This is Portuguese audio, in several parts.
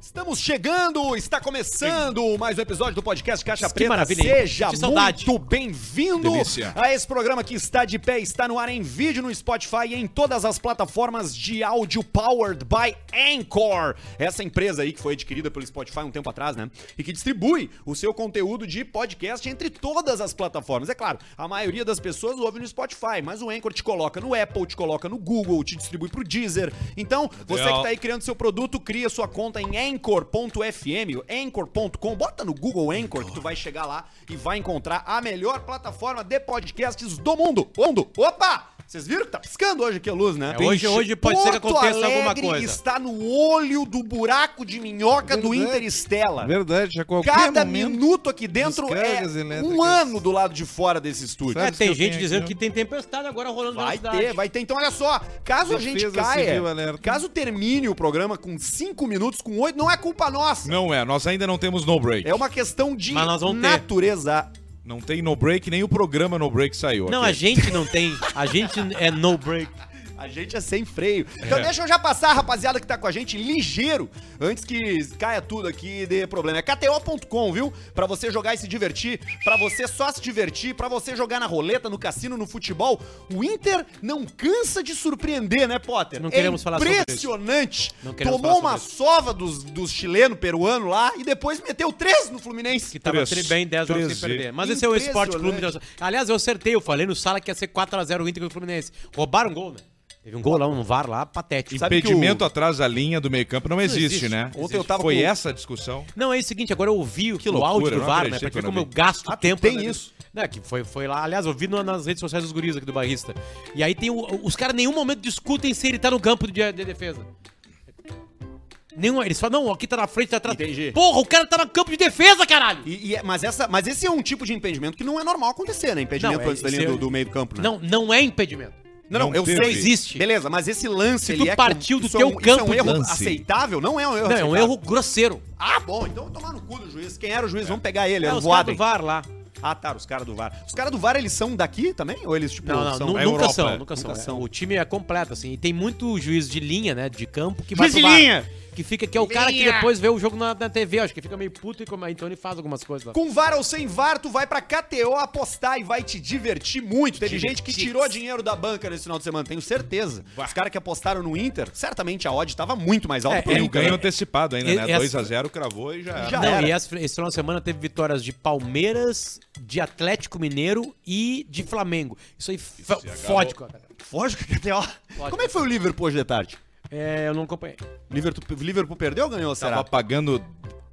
Estamos chegando, está começando mais um episódio do podcast Caixa Que Preta. maravilha, hein? Seja Que saudade. muito bem-vindo Delícia. a esse programa que está de pé, está no ar em vídeo no Spotify e em todas as plataformas de áudio powered by Anchor. Essa empresa aí que foi adquirida pelo Spotify um tempo atrás, né? E que distribui o seu conteúdo de podcast entre todas as plataformas. É claro, a maioria das pessoas ouve no Spotify, mas o Anchor te coloca no Apple, te coloca no Google, te distribui pro Deezer. Então, você que Legal. tá aí criando seu produto, cria sua conta em anchor.fm, anchor.com, bota no Google Anchor que tu vai chegar lá e vai encontrar a melhor plataforma de podcasts do mundo. Mundo. Opa! Vocês viram que tá piscando hoje aqui a luz, né? É, hoje- hoje pode ser que Porto aconteça alguma Alegre coisa. está no olho do buraco de minhoca do Verdade. Interestela. Verdade, a qualquer Cada momento. minuto aqui dentro é descargas um elétricas. ano do lado de fora desse estúdio. Sabe É, se tem eu gente tenho dizendo aqui, que tem tempestade agora rolando Vai na cidade. ter, vai ter. Então, olha só, caso a gente Defesa caia, Civil alerta. caso termine o programa com 5 minutos, com 8, não é culpa nossa. Não é, nós ainda não temos no break. É uma questão de Mas nós vamos ter. natureza. Não tem no break, nem o programa no break saiu. Não, aqui. a gente não tem. A gente é no break. A gente é sem freio. Então É. deixa eu já passar, rapaziada, que tá com a gente ligeiro, antes que caia tudo aqui e dê problema. É KTO.com, viu? Pra você jogar e se divertir, pra você só se divertir, pra você jogar na roleta, no cassino, no futebol. O Inter não cansa de surpreender, né, Potter? Não queremos falar sobre isso. Impressionante. Não queremos Tomou falar uma sova dos, dos chileno, peruano lá e depois meteu três no Fluminense. Que tava Três. tri bem 10 jogos sem Três perder. e- Mas esse é o Esporte Clube. Impressionante. Da... Aliás, eu acertei. Eu falei no sala que ia ser 4x0 o Inter contra o Fluminense. Roubaram um gol, né? Teve um gol lá, um VAR lá, patético. Sabe que o- Impedimento atrás da linha do meio-campo não, existe, existe. né? Ontem eu tava Foi com- essa a discussão. Não, é o seguinte, agora eu ouvi o, o loucura, áudio do não VAR, né? acredito Pra ver que eu como não eu vi. gasto Ah, tu tempo. tem né? isso? Né, que foi, foi lá. Aliás, eu vi no- nas redes sociais dos guris aqui do Barrista. E aí tem o- os caras em nenhum momento discutem se ele tá no campo de, de defesa. Nenhum, eles falam, não, aqui tá na frente, tá atrás. Entendi. Porra, o cara tá no campo de defesa, caralho! E- e é- mas, essa, mas esse é um tipo de impedimento que não é normal acontecer, né? Impedimento Não, é- antes da isso linha é- do, do meio do campo, né? Não, não é impedimento. Não, não, Não eu teve. sei. Existe. Beleza, mas esse lance. Se tu ele é partiu com- do isso teu é um, isso campo é um erro lance. aceitável? Não é um erro Não, é um aceitável. erro grosseiro. Ah, bom, então tomar no cu do juiz. Quem era o juiz? Vamos pegar ele, É, era o os caras do Voaden. VAR lá. Ah, tá, os caras do VAR. Os caras do VAR, eles são daqui também? Ou eles, tipo, Não, não, são... nu- é nunca, Europa, são, é. nunca são, Nunca é. são. O time é completo, assim. E tem muito juiz de linha, né? De campo que Juiz pro de VAR, linha! Que fica, que é o cara que depois vê o jogo na, na TV, acho que fica meio puto e como, então ele faz algumas coisas lá. Com VAR ou sem VAR, tu vai pra KTO apostar e vai te divertir muito. Teve gente que tirou dinheiro da banca nesse final de semana, tenho certeza. Os caras que apostaram no Inter, certamente a odd tava muito mais alta É, pro Tem é, o Inter. ganho antecipado ainda, E- né? essa- 2x0, cravou e já, Já já Não, era. e essa- esse final de semana teve vitórias de Palmeiras, de Atlético Mineiro e de Flamengo. Isso aí f- fode, cara. Foge com a KTO. Como é que foi o Liverpool hoje de tarde? É, eu não acompanhei. Liverpool, Liverpool perdeu ou ganhou, será? tava pagando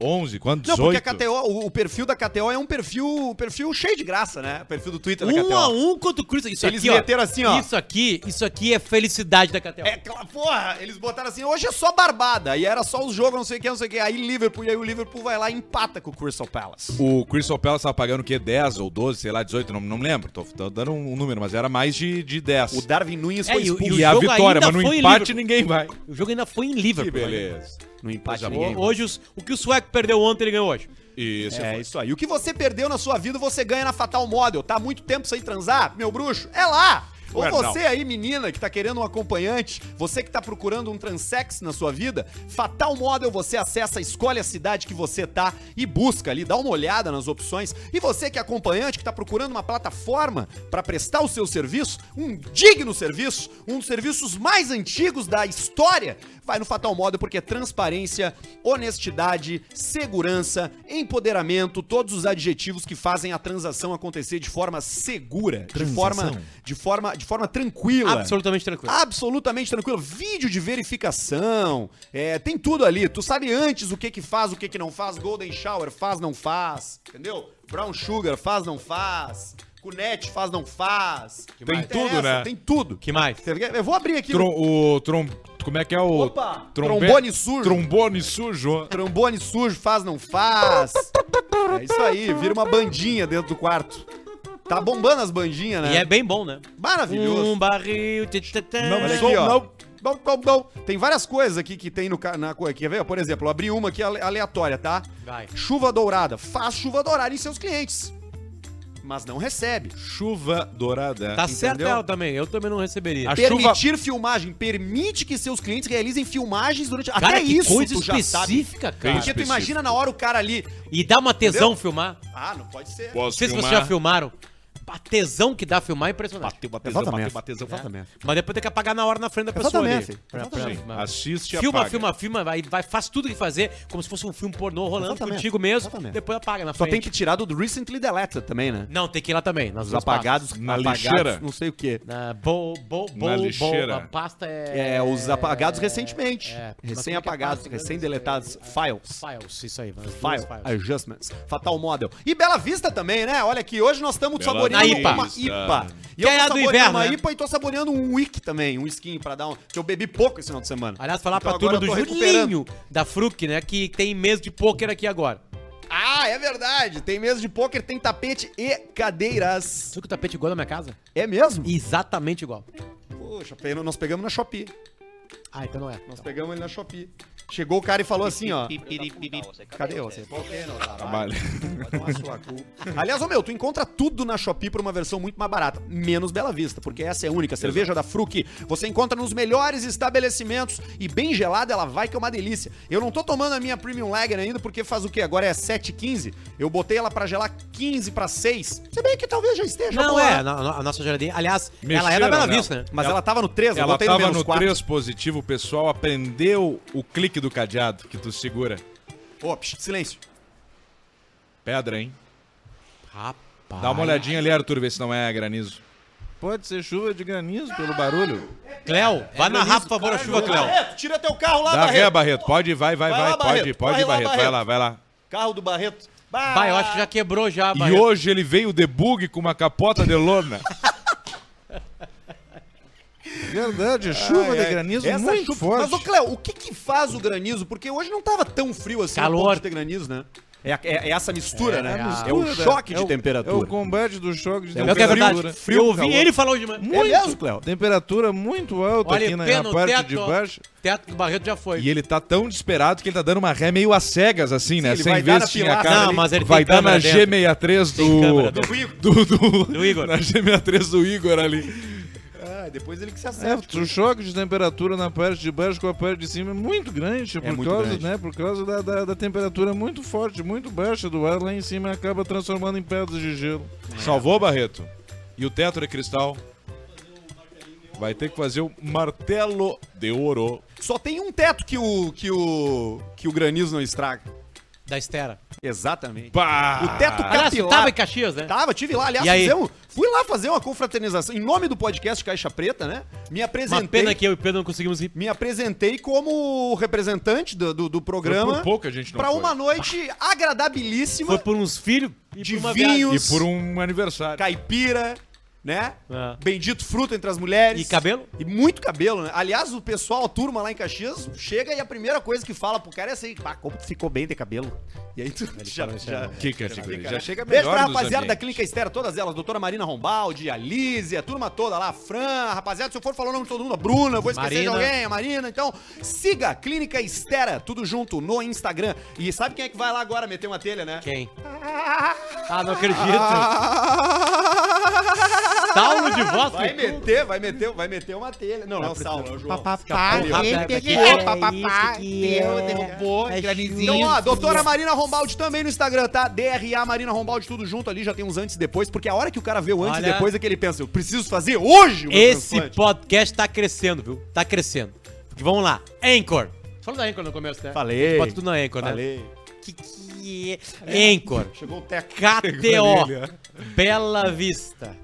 11, quanto? Não, 18? porque a KTO, o, o perfil da KTO é um perfil, um perfil cheio de graça, né? O perfil do Twitter da Um KTO. a um contra o Cruzeiro. Isso Eles aqui, ó, meteram assim, ó. Isso aqui, isso aqui é felicidade da KTO. É, cla- porra, eles botaram assim, hoje é só barbada, e era só os jogos, não sei o que, não sei o que. Aí Liverpool, e aí o Liverpool vai lá e empata com o Crystal Palace. O Crystal Palace tava pagando o quê? 10 ou 12, sei lá, 18, não, não lembro. Tô, tô dando um número, mas era mais de, de 10. O Darwin Nunes É, foi e o- expulso. E, o a jogo vitória, ainda mas no foi em empate Liverpool. ninguém vai. O jogo ainda foi em Que Liverpool. né? beleza. No empate Coisa O- ninguém. Tá hoje, os- o que o sueco perdeu ontem, ele ganhou hoje. Isso. É isso aí. O que você perdeu na sua vida, você ganha na Fatal Model. Tá há muito tempo sem transar, meu bruxo? É lá! Ou Ué, não. você aí, menina, que tá querendo um acompanhante, você que tá procurando um transex na sua vida, Fatal Model você acessa, escolhe a cidade que você tá e busca ali, dá uma olhada nas opções. E você que é acompanhante, que tá procurando uma plataforma pra prestar o seu serviço, um digno serviço, um dos serviços mais antigos da história, vai no Fatal Model porque é transparência, honestidade, segurança, empoderamento, todos os adjetivos que fazem a transação acontecer de forma segura, de forma de forma de forma é. tranquila. Absolutamente Ah. tranquilo. Absolutamente tranquilo. Vídeo de verificação, é, tem tudo ali. Tu sabe antes o que que faz, o que que não faz. Golden Shower faz, não faz, entendeu? Brown Sugar faz, não faz. Cunete faz, não faz. Tem Não tudo, interessa, né? Tem tudo. que mais? Você quer- Eu vou abrir aqui. Trom- o trom... Como é que é o... Opa! trombe- Trombone sujo. Trombone sujo. Trombone sujo, faz, não faz. É isso aí, vira uma bandinha dentro do quarto. Tá bombando as bandinhas, né? E é bem bom, né? Maravilhoso. Um barril. tê, tê, tê. Tá Não Olha sou- aqui, ó. não. Bom, bom, bom. Tem várias coisas aqui que tem no ca- na coisa. Quer ver? ó? Por exemplo, eu abri uma aqui ale- aleatória, tá? Vai. Chuva dourada. Faz chuva dourada em seus clientes. mas não recebe. Chuva dourada. Tá certo ela também, eu também não receberia. A chuva- Permitir filmagem, permite que seus clientes realizem filmagens durante. Até isso, coisa tu já sabe. específica, cara. Porque tu imagina na hora o cara ali. E dá uma tesão filmar. Ah, não pode ser. Não Posso sei se vocês já filmaram. A tesão que dá filmar é impressionante. Bateu, batezão, bateu, batezão. Exatamente. Mas depois tem que apagar na hora na frente da pessoa Exatamente, ali. filho. Exatamente. Pra- pra- Assiste e filma, apaga. filma, filma, vai, vai, faz tudo que fazer, como se fosse um filme pornô rolando Exatamente, contigo mesmo, exatamente. depois apaga na Só frente. tem que tirar do Recently Deleted também, né? Não, tem que ir lá também. Nas Os duas apagados, Na apagados, lixeira. não sei o quê. pastas. Na bo, bo, bo, Na bo- lixeira. a pasta é... É, os apagados recentemente. é. Mas como é que é Recém-apagados, fácil, né? recém-deletados. É, é. Files. Files, isso aí. as duas File, files. Adjustments, Fatal Model. E Bela Vista também, né? Olha aqui, hoje nós estamos Bela saboreando Vista. uma IPA. E Que é a do saboreando inverno, uma né? IPA e tô saboreando um wiki também, um skin pra dar um... Que eu bebi pouco esse final de semana. Aliás, falar Então pra turma agora do eu tô recuperando. Julinho, da Fruc, né, que tem mês de pôquer aqui agora. Ah, é verdade. Tem mesa de pôquer, tem tapete e cadeiras. Sabe que o tapete igual na minha casa? É mesmo? Exatamente igual. Poxa, pena, nós pegamos na Shopee. Ah, então não é. Nós pegamos ele na Shopee. Chegou o cara e falou assim, ó. Cadê você? Trabalha. Aliás, ô meu, tu encontra tudo na Shopee por uma versão muito mais barata, menos Bela Vista, porque essa é a única cerveja da Fruc. Você encontra nos melhores estabelecimentos e bem gelada ela vai que é uma delícia. Eu não tô tomando a minha Premium Lager ainda porque faz o quê? Agora é 7,15. Eu botei ela pra gelar 15 pra 6. Se bem que talvez já esteja Não boa. é, a, no- a nossa geladeira. Aliás, ela é da Mexeram Bela nela. Vista, né? Mas ela, tava no 3, eu Ela botei tava menos no quatro. 3 positivo, o pessoal aprendeu o clique do cadeado que tu segura. Ô, psh, silêncio. Pedra, hein? Rapaz. Dá uma olhadinha ali, Arthur, ver se não é granizo. Pode ser chuva de granizo pelo barulho. Cléo, vai narrar, por favor, a chuva, Cléo. Barreto, tira teu carro lá, Dá ré, Barreto. Barreto. Pode ir, vai, vai, Vai vai. lá, Pode ir, Barreto. pode Vai ir, lá, Barreto. Vai lá, vai lá. Carro do Barreto. Bah. Vai, eu acho que já quebrou já, E hoje ele veio de bug com uma capota de lona. Verdade, chuva Ai, ai. Essa chuva- Mas, ô Cléo, o que que faz o granizo? Porque hoje não tava tão frio assim Calor. a ponto de ter granizo, né? É, a- é- é essa mistura, É, né? é a É um o é choque de temperatura. combate do choque de É É o que é verdade. frio, eu ouvi calor. ele falar hoje de manhã. É mesmo, Cléo? Temperatura muito alta Olha, aqui na, é pena, na o parte teto, de ó. baixo. Teto do Barreto já foi. E ele tá tão desesperado que ele tá dando uma ré meio às cegas, assim, né? ele vai Sem dar ver na se tinha pilastra cara. ali. ali. mas ele vai tem dar na câmera dentro. G63 Tem câmera do... dentro. do... Do... Do Igor. Na G63 do Igor ali. Ah, depois ele que se É, acerta. o choque de temperatura na parte de baixo com a parte de cima é muito grande, por muito causa, grande. né? Por causa da, da, da temperatura muito forte, muito baixa do ar lá em cima e acaba transformando em pedras de gelo. É. Salvou, Barreto? E o teto de cristal? Vai ter que fazer o martelo de ouro. Só tem um teto que o, que o, que o granizo não estraga. Da Estera. Exatamente. Pá! O teto Aliás, tu capilar. tava em Caxias, né? Tava, tive lá, aliás, E aí? fizemos, fui lá fazer uma confraternização em nome do podcast Caixa Preta, né? Me apresentei. Uma pena que eu e o Pedro não conseguimos ir. me apresentei como representante do, do, do programa Foi por pouco a gente não pra foi. uma noite agradabilíssima Foi por uns filhos e de por uma E vinhos, por um aniversário. caipira, né? É. Bendito fruto entre as mulheres. E cabelo? E muito cabelo, né? Aliás, o pessoal, a turma lá em Caxias, chega e a primeira coisa que fala pro cara é assim, ah, como tu ficou bem de cabelo. E aí tu já... falou isso já- aí, né? Que categoria? Já chega melhor Beijo pra nos rapaziada da ambientes. Clínica Estera, todas elas, doutora Marina Rombaldi, a Lízia, a turma toda lá, a Fran, a rapaziada, se eu for falar o nome de todo mundo, a Bruna, eu vou esquecer de Marina. alguém, a Marina, então siga a Clínica Estera, tudo junto no Instagram. E sabe quem é que vai lá agora meter uma telha, né? Quem? Ah, não acredito. Salvo de voz, Vai Pitu. meter, vai meter, vai meter uma telha. Não, não, salva, é o João. É. Papai, Ele pegou, é papapá, deu, um derrubou, Então, granizinho. ó, doutora Marina Rombaldi também no Instagram, tá? DRA Marina Rombaldi, tudo junto ali, já tem uns antes e depois, porque a hora que o cara vê o antes e Olha- depois é que ele pensa, eu preciso fazer hoje o meu Esse transplante. podcast tá crescendo, viu? Tá crescendo. Porque vamos lá. Anchor. Falou da Anchor no começo, né? Falei. Bota tudo na Anchor, né? Falei. Que que é? Anchor. Chegou o Teco. KTO. Bela Vista.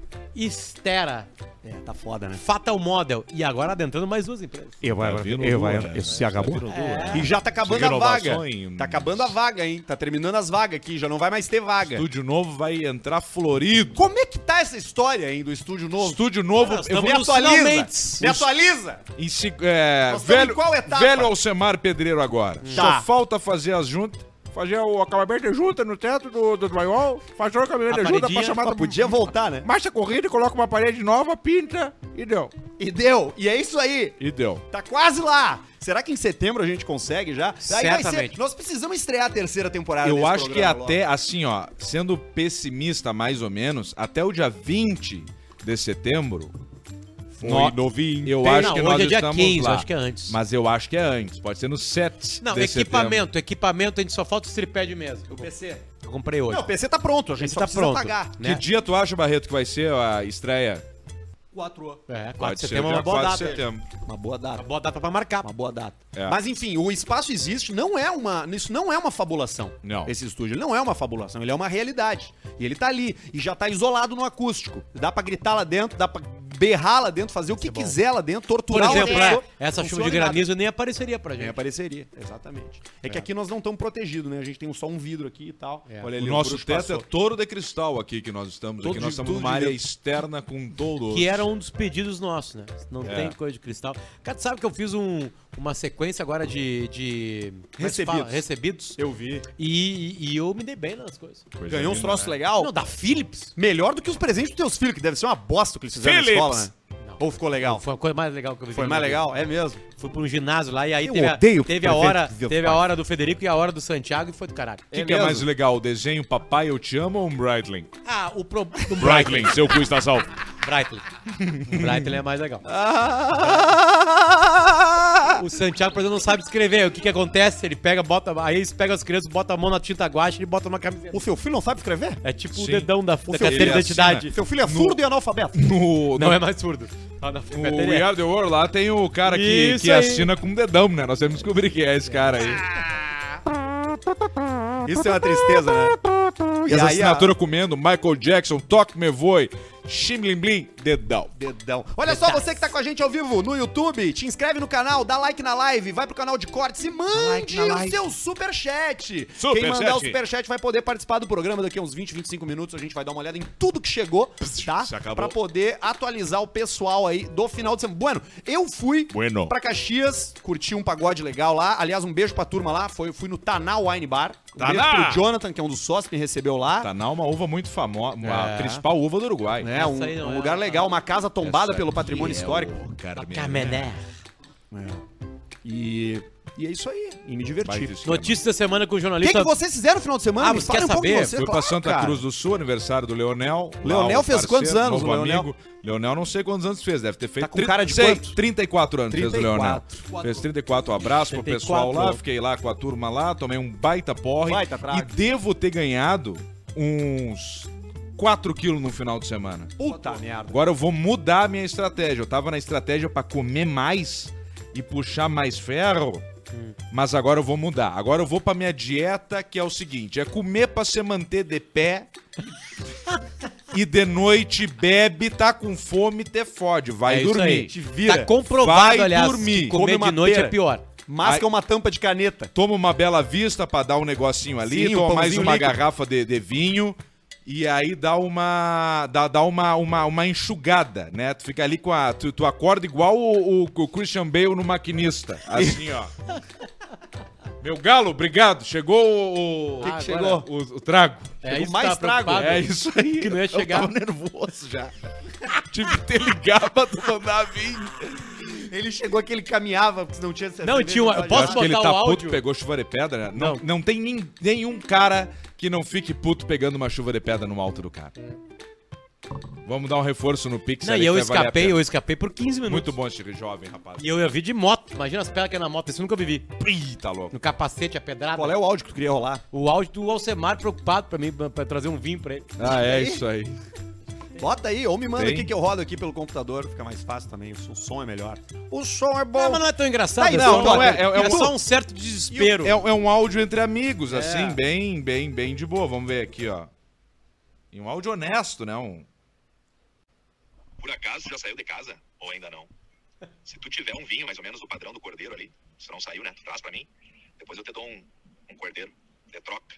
Estera. É, tá foda, né? Fatal Model. E agora adentrando mais duas empresas. Eu Tá vindo duas, né? Tá vindo duas. E já tá acabando Chega a vaga. inovação em- Tá acabando a vaga, hein? Tá terminando as vagas aqui, já não vai mais ter vaga. Estúdio novo vai entrar florido. Como é que tá essa história, hein, do estúdio novo? Estúdio novo, Cara, eu estamos vou Me Vamos atualiza! finalmente. Me atualiza! em se- é, Nós estamos velho, em qual etapa? velho Alcemar Pedreiro agora. Tá. Só falta fazer as juntas. Fazer o acabamento de junta no teto do, do maior, fazer o acabamento A de junta pra paredinha, chamar Mas podia voltar, né? Marcha corrida, coloca uma parede nova, pinta e deu. E deu. E é isso aí. E deu. Tá quase lá. Será que em setembro a gente consegue já? Aí vai ser- Certamente. Nós precisamos estrear a terceira temporada. Eu desse acho que programa logo. até, assim, ó, sendo pessimista mais ou menos, até o dia 20 de setembro. nó- novinho. eu Tem- acho não, que hoje nós é dia estamos 15, lá. acho que é antes. Mas eu acho que é antes, pode ser no 7 Não, de setembro. equipamento, equipamento, a gente só falta os tripé de mesa. O PC. Eu comprei hoje. Não, o PC tá pronto. A a gente gente só tá precisa pronto. pagar. Que dia tu acha, Barreto, que vai ser a estreia? Quatro. É, 4 Pode de ser setembro é dia uma boa 4 data. de setembro. Uma boa data. Uma boa data pra marcar. Uma boa data. É. Mas enfim, o espaço existe, não é uma. Isso não é uma fabulação. Não. Esse estúdio ele não é uma fabulação, ele é uma realidade. E ele tá ali. E já tá isolado no acústico. Dá pra gritar lá dentro, dá pra berrar lá dentro, fazer o que quiser lá dentro, Por torturar uma exemplo, pessoa. é, essa chuva Funciona de em nada. granizo nem apareceria pra Nem gente. apareceria, exatamente. É, que aqui nós não estamos protegidos, né? A gente tem só um vidro aqui e tal. É. Olha O ali, nosso bruxo teto passou. é todo de cristal aqui que nós estamos. Todo aqui nós de- estamos tudo numa de área vidro. externa com todo. Que era um dos pedidos nossos, né? Não É. tem coisa de cristal. Cara, tu sabe que eu fiz um- uma sequência agora de. de como é que se fala? Recebidos. Recebidos. Eu vi. E, e eu me dei bem nas coisas. Coisa Ganhou uns linda, troços né? legal. Não, da Philips. Melhor do que os presentes dos teus filhos, que deve ser uma bosta o que eles fizeram Philips! na escola, né? Não. Ou ficou legal? Foi a coisa mais legal que eu vi. Foi mais legal? É mesmo. Fui pra um ginásio lá e aí Eu teve, a, odeio teve a prefeito hora, que deu teve a pai. hora do Federico e a hora do Santiago e foi do caralho. O que, É que é mais mesmo? legal? O desenho Papai Eu Te Amo ou um Breitling? Ah, o problema. Breitling, seu cu está salvo. Breitling. O Breitling é mais legal. O Santiago, por exemplo, não sabe escrever. O que que acontece? Ele pega, bota. Aí eles pegam as crianças, botam a mão na tinta guache e botam uma camiseta. O seu filho não sabe escrever? É tipo o Sim. dedão da, da filho, carteira de ele identidade. Seu filho é surdo e analfabeto. No, Não no, é mais surdo. Lá na no cafeteria. We Are The World lá tem o cara que, Isso que aí. assina com um dedão, né? Nós temos que descobrir quem é esse cara aí. Isso é uma tristeza, né? E essa assinatura comendo Michael Jackson, Toque Me Voe, Shimlin Blin, dedão. Dedão. Olha só, você que tá com a gente ao vivo no YouTube, te inscreve no canal, dá like na live, vai pro canal de cortes e mande na o live. seu superchat. Superchat. Quem mandar o superchat vai poder participar do programa daqui a uns 20, 25 minutos. A gente vai dar uma olhada em tudo que chegou, tá? se acabou. Pra poder atualizar o pessoal aí do final de semana. Bueno, eu fui Bueno. pra Caxias, curti um pagode legal lá. Aliás, um beijo pra turma lá. Foi, fui no Taná Wine Bar. Um Taná! beijo pro Jonathan, que é um dos sócios que me recebeu lá. Taná é uma uva muito famosa, a É. principal uva do Uruguai. né? Um, Essa aí não um é lugar uma- legal, uma casa tombada Essa pelo aqui patrimônio é histórico. o Tá Carmené. né? Caminé. E, e é isso aí. E me Baita diverti. esquema. Notícia da semana com O o que, jornalista. que vocês fizeram no final de semana? Ah, Me você fala quer um pouco de saber? você. Foi pra Claro, Santa cara. Cruz do Sul, aniversário do Leonel. Lá Leonel o fez quantos anos, novo o Leonel? Tá Amigo. Leonel não sei quantos anos fez, deve ter feito com cara de 36, quanto? 34 anos fez o Leonel. 34. Fez 34, um abraço pro 34. pessoal lá, fiquei lá com a turma lá, tomei um baita porre. Baita trago. e devo ter ganhado uns 4 quilos no final de semana. Puta merda. Agora eu vou mudar a minha estratégia. Eu tava na estratégia pra comer mais e puxar mais ferro. Mas agora eu vou mudar. Agora eu vou pra minha dieta, que é o seguinte: é comer pra se manter de pé. e de noite bebe, tá com fome, te fode. Vai É isso aí. dormir. Te vira. Tá comprovado, Vai aliás, dormir. que Come comer uma de noite pera. é pior. Masca uma tampa de caneta. Toma uma bela vista pra dar um negocinho ali, Sim, um toma mais pãozinho uma líquido. garrafa de, de vinho e aí dá uma dá, dá uma, uma uma enxugada, né? Tu fica ali com a tu, tu acorda igual o, o- o Christian Bale no maquinista, assim, ó. Meu galo, obrigado. Chegou o o, Ah, Que que agora, chegou? o- o trago. É Chegou isso que mais tava trago. preocupado. É isso aí. Que não ia chegar. Eu tava nervoso já. Tive que ter ligado pra tu mandar vir. Ele chegou aqui, ele caminhava, porque não tinha certeza. Não, tinha uma- eu posso acho que ele botar tá o puto áudio? que pegou chuva de pedra. né? Não, Não. não. tem nin- nenhum cara que não fique puto pegando uma chuva de pedra no alto do carro. Vamos dar um reforço no Pix. Não, ali e que eu vai valer a escapei, pena. eu escapei por 15 minutos. Muito bom esse jovem, rapaz. E eu ia vir de moto. Imagina as pedras que é na moto, isso eu nunca vivi. Ih, tá louco. No capacete, a pedrada. Qual é o áudio que tu queria rolar? O áudio do Alcemar preocupado pra mim, pra- pra trazer um vinho pra ele. Ah, é isso aí. Bota aí, ou me manda Tem? aqui que eu rodo aqui pelo computador, fica mais fácil também. O som é melhor. O som é bom. Ah, mas não é tão engraçado. Tá, é não, só- não, é- é- é é um- só um certo desespero. É, é um áudio entre amigos, assim, bem, bem, bem de boa. Vamos ver aqui, ó. E um áudio honesto, né? Um... Por acaso já saiu de casa? Ou ainda não? Se tu tiver um vinho mais ou menos do padrão do cordeiro ali, se não saiu, né? Tu traz pra mim. Depois eu te dou um, um cordeiro de troca.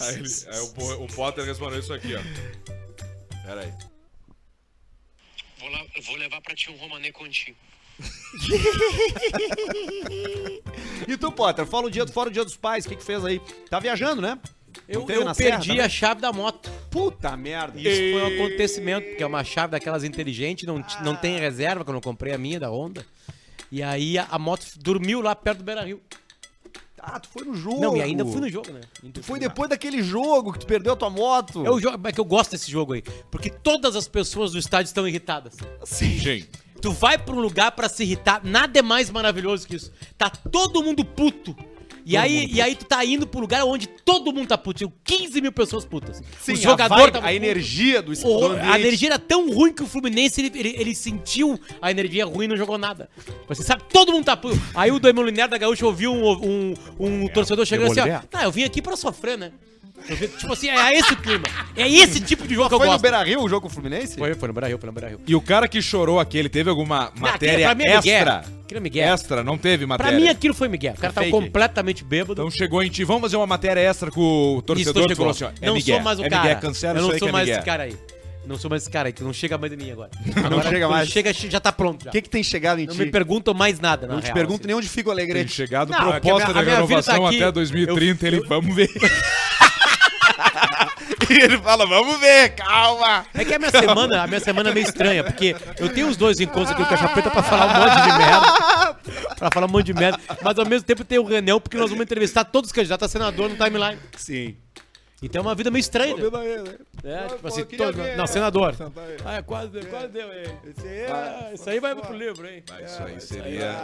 Aí, ele- aí o, Po- o Potter respondeu isso aqui, ó. Pera aí. Vou, lá- vou levar pra ti um romanê contigo. E tu, Potter, fala o dia, fora o dia dos pais, o que que fez aí? Tá viajando, né? Não Eu, um teve eu na Serra né? perdi também? a chave da moto. Puta merda. Isso foi um acontecimento, porque é uma chave daquelas inteligentes, não, ti- não tem reserva, que eu não comprei a minha da Honda. E aí a, a moto dormiu lá perto do Beira Rio. Ah, tu foi no jogo. Não, e ainda fui no jogo, né? Ainda Tu foi fui lá. depois daquele jogo que tu perdeu a tua moto. É, o jogo, é que eu gosto desse jogo aí. Porque todas as pessoas do estádio estão irritadas. Sim. Sim. Tu vai pra um lugar pra se irritar, nada é mais maravilhoso que isso. Tá todo mundo puto. E aí, e aí tu tá indo pro lugar onde todo mundo tá puto. Tinha 15 mil pessoas putas. Sim, a, o vibe, jogador tava a puto. energia do, do O- ambiente. a energia era tão ruim que o Fluminense ele, ele- ele sentiu a energia ruim e não jogou nada. Você sabe, todo mundo tá. puto. Aí o Domingo Linear da Gaúcha ouviu um, um, um torcedor chegando assim: ó, devolver. ah, eu vim aqui pra sofrer, né? Eu vim- tipo assim, é esse o clima. É esse tipo de jogo que eu Foi no gosto. Beira Rio o jogo com o Fluminense? Foi, foi no Beira Rio, foi no Beira Rio. E o cara que chorou aqui, ele teve alguma matéria pra mim é Miguel. extra? Aquilo é Miguel. Extra, não teve Pra matéria. mim aquilo foi Miguel. O cara tava fake. completamente bêbado. Então chegou em ti, vamos fazer uma matéria extra com o torcedor Isso, que falou assim, ó, chegou. é não Miguel, sou mais o é cara. Miguel, cancela eu não isso aí sou que é mais Miguel. esse cara aí. Não sou mais esse cara aí, que não chega mais em mim agora. Agora, chega quando mais. Chega, já tá pronto. já. O que que tem chegado em Não ti? me perguntam mais nada, na Não te real, pergunto assim. nem onde fica o Tem Alegrete. chegado Não, é que a minha- proposta a da minha vida renovação tá aqui. até 2030, ele, vamos ver. E ele fala, vamos ver, calma. É que a minha semana, a minha semana é meio estranha, porque eu tenho os dois encontros aqui no Caixa Preta pra falar um monte de merda. Pra falar um monte de merda. Mas ao mesmo tempo tem o reunião, porque nós vamos entrevistar todos os candidatos a senador no timeline. Sim. Então é uma vida meio estranha. né? É, tipo assim, todo- não, senador. Ah, quase, quase deu, hein? é. Ah, isso aí vai pro livro, hein? Isso aí seria...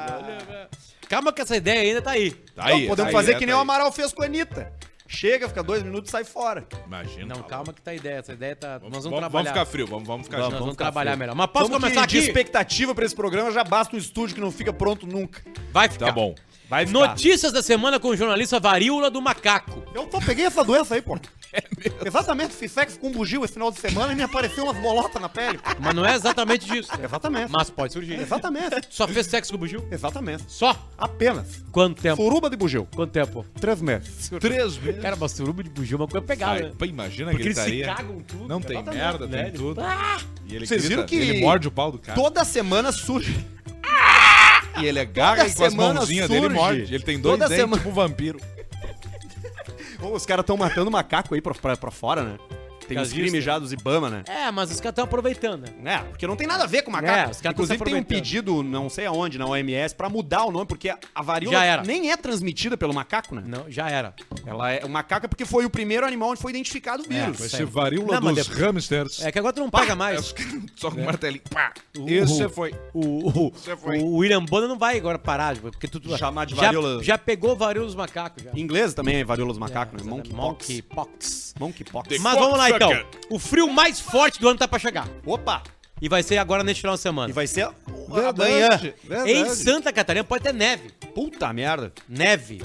Calma que essa ideia ainda tá aí. Tá aí, podemos tá aí, fazer é, que tá nem o aí. Amaral fez com a Anitta. Chega, fica dois minutos e sai fora. Imagina. Não, calma que tá a ideia. Essa ideia tá. Nós Vamos, vamos vamos, trabalhar. ficar frio, vamos, vamos ficar Nós junto. vamos trabalhar melhor. Mas posso Vamos começar que de aqui? expectativa pra esse programa, já basta um estúdio que não fica pronto nunca. Vai ficar. Tá bom. Vai Notícias da semana com o jornalista Varíola do Macaco. Eu tô, peguei essa doença aí, pô. É Exatamente, fiz sexo com um bugio esse final de semana e me apareceu umas bolotas na pele. Mas não é exatamente disso. Exatamente. Mas pode surgir. Exatamente. Só fez sexo com o Bugil? Exatamente. Só? Apenas. Quanto tempo? Suruba de bugio. Quanto tempo? Três meses. Três vezes. Cara, mas suruba de Bugil é uma coisa pegada, né? Ai, pô, imagina a Porque eles se gritaria. cagam tudo. Não tem né? merda, tem Eles- tudo. E ele Vocês viram grita, que- Ele morde o pau do cara. Toda semana surge. E ele agarra toda e com as semana mãozinhas dele surge. morde. Ele tem dois Toda dentes semana- tipo um vampiro. Pô, os caras estão matando macaco aí pra, pra, pra fora, né? Tem uns Caso crimes disso, já dos Ibama, né? É, mas os caras estão aproveitando, né? É, porque não tem nada a ver com É, macaco. os caras tão Inclusive se tem um aproveitando. pedido, não sei aonde, na OMS, pra mudar o nome, porque a- a varíola Já era. nem é transmitida pelo macaco, né? Não, já era. Ela é, o macaco é porque foi o primeiro animal onde foi identificado o vírus. Vai Isso ser aí. varíola Não, mas dos depois- um hamsters. É que agora tu não paga mais. Os caras Só com um martelinho. Pá. O- Esse o- foi. O, o, foi. o William Bonner não vai agora parar, tipo, porque tu, tu Chamar de já, varíola. já pegou varíola dos macacos. Já. Em inglês também é varíola dos macacos, né? É, exatamente. Monkeypox. Monkeypox. Monkeypox. Mas vamos lá então. O frio mais forte do ano tá pra chegar. Opa! E vai ser agora neste final de E semana. vai ser amanhã. Verdade, verdade. Em Santa Catarina pode ter neve. Puta merda. Neve.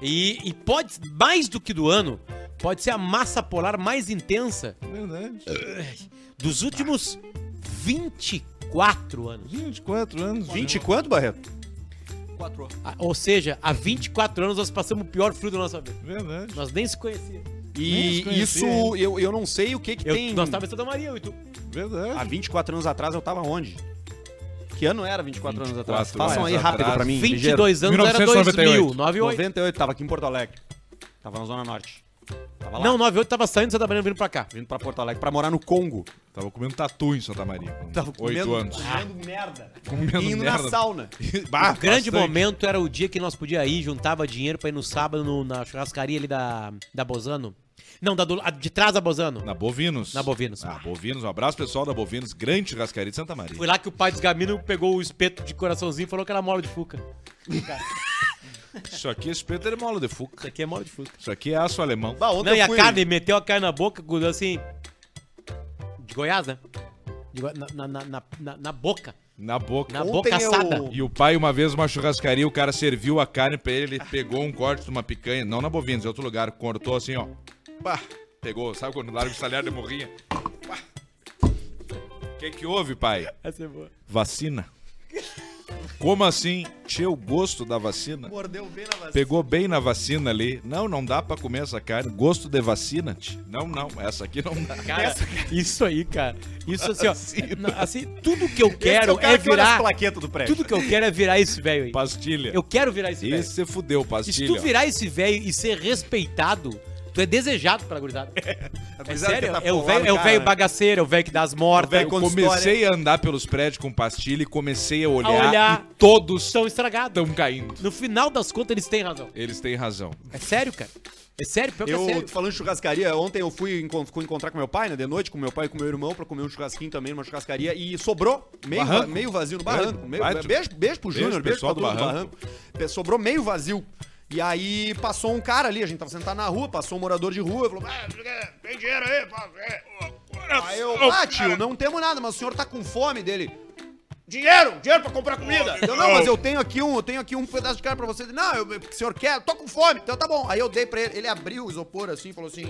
E, e pode, mais do que do ano, pode ser a massa polar mais intensa Verdade. dos últimos 24 anos. 24 anos. 20 e quanto, Barreto? Ah, Ou seja, há 24 anos nós passamos o pior frio da nossa vida. Verdade. Nós nem se conhecíamos. E desconhecia, isso, eu, eu não sei o que que Eu, tem. Nós tava em Santa Maria, eu e tu. Verdade. Há 24 anos atrás eu tava onde? Que ano era 24, anos atrás? 24 Façam aí anos rápido atrás. pra mim. ligeiro. 22 anos era 2000, 1998. 98. 98, tava aqui em Porto Alegre. Tava na Zona Norte. Tava lá, Não, 98 tava saindo de Santa Maria vindo pra cá. vindo pra Porto Alegre pra morar no Congo. Ah, Tava comendo tatu em Santa Maria. com Oito anos. Ah, Comendo merda. Comendo E indo na merda. sauna. Ah, Bah, o Um grande bastante. momento era o dia que nós podia ir, juntava dinheiro pra ir no sábado no- na churrascaria ali da, da Bozano. Não, da do- a de trás da Bozano. Na Bovinos. Na Bovinos. Na Bovinos. Um abraço, pessoal da Bovinos. Grande churrascaria de Santa Maria. Foi lá que o pai dos Gamino pegou o espeto de coraçãozinho e falou que era mola de fuca. Isso aqui é espeto de mola de fuca. Isso aqui é mola de fuca. Isso aqui é aço alemão. Bah, ontem Não, e eu a fui- carne, meteu a carne na boca, grudou assim. De Goiás, né? De Goi- na, na, na, na, na boca. Na boca. Na Ontem boca eu- assada. E o pai, uma vez, uma churrascaria, o cara serviu a carne pra ele, ele pegou um corte de uma picanha, não na bovinos, em outro lugar, cortou assim, ó. Pá, pegou, sabe quando larga o salhado de morrinha? Pá. O que que houve, pai? Essa é boa. Vacina. Como assim? Tinha o gosto da vacina? Mordeu bem na vacina. Pegou bem na vacina ali. Não, não dá pra comer essa carne. Gosto de vacina? tch. Não, não, essa aqui não dá. Cara, isso aí, cara. Isso assim, ó. na- assim, tudo que eu Esse quero o cara é, que olha as virar. plaquetas do prédio. Tudo que eu quero é virar esse velho aí. Pastilha. Eu quero virar esse velho. Esse você fudeu, E Se pastilha. tu virar esse velho e ser respeitado, Tu é desejado pela gurizada. É Apesar de sério, tá é o folgado, velho é o cara, velho né? bagaceiro, é o velho que dá as mortas. velho Eu conta comecei a andar pelos prédios com pastilha e comecei a olhar, A olhar. e todos Estão estragados. estão caindo. No final das contas, eles têm razão. Eles têm razão. É sério, cara. É sério, pior que é Eu sério. tô falando de churrascaria. Ontem eu fui, encon- fui encontrar com meu pai, né? De noite, com meu pai e com meu irmão, pra comer um churrasquinho também numa churrascaria. E sobrou meio, va- Barranco. meio vazio no barranco. Meio, Vai, beijo, beijo pro beijo, Júnior, beijo pra pessoal do turma do barranco. Pe- Sobrou meio vazio. E aí passou um cara ali, a gente tava sentado na rua, passou um morador de rua, falou: "Ah, é. Tem dinheiro aí, pá. é, ó, bora. Aí eu, ah, tio, não temos nada, mas o senhor tá com fome dele. Dinheiro, dinheiro pra comprar comida. Eu, não, mas eu tenho aqui um, eu tenho aqui um pedaço de carne pra você. Ele, Não, eu, o senhor quer? Tô com fome. Então tá bom. Aí eu dei pra ele, ele abriu o isopor assim, e falou assim: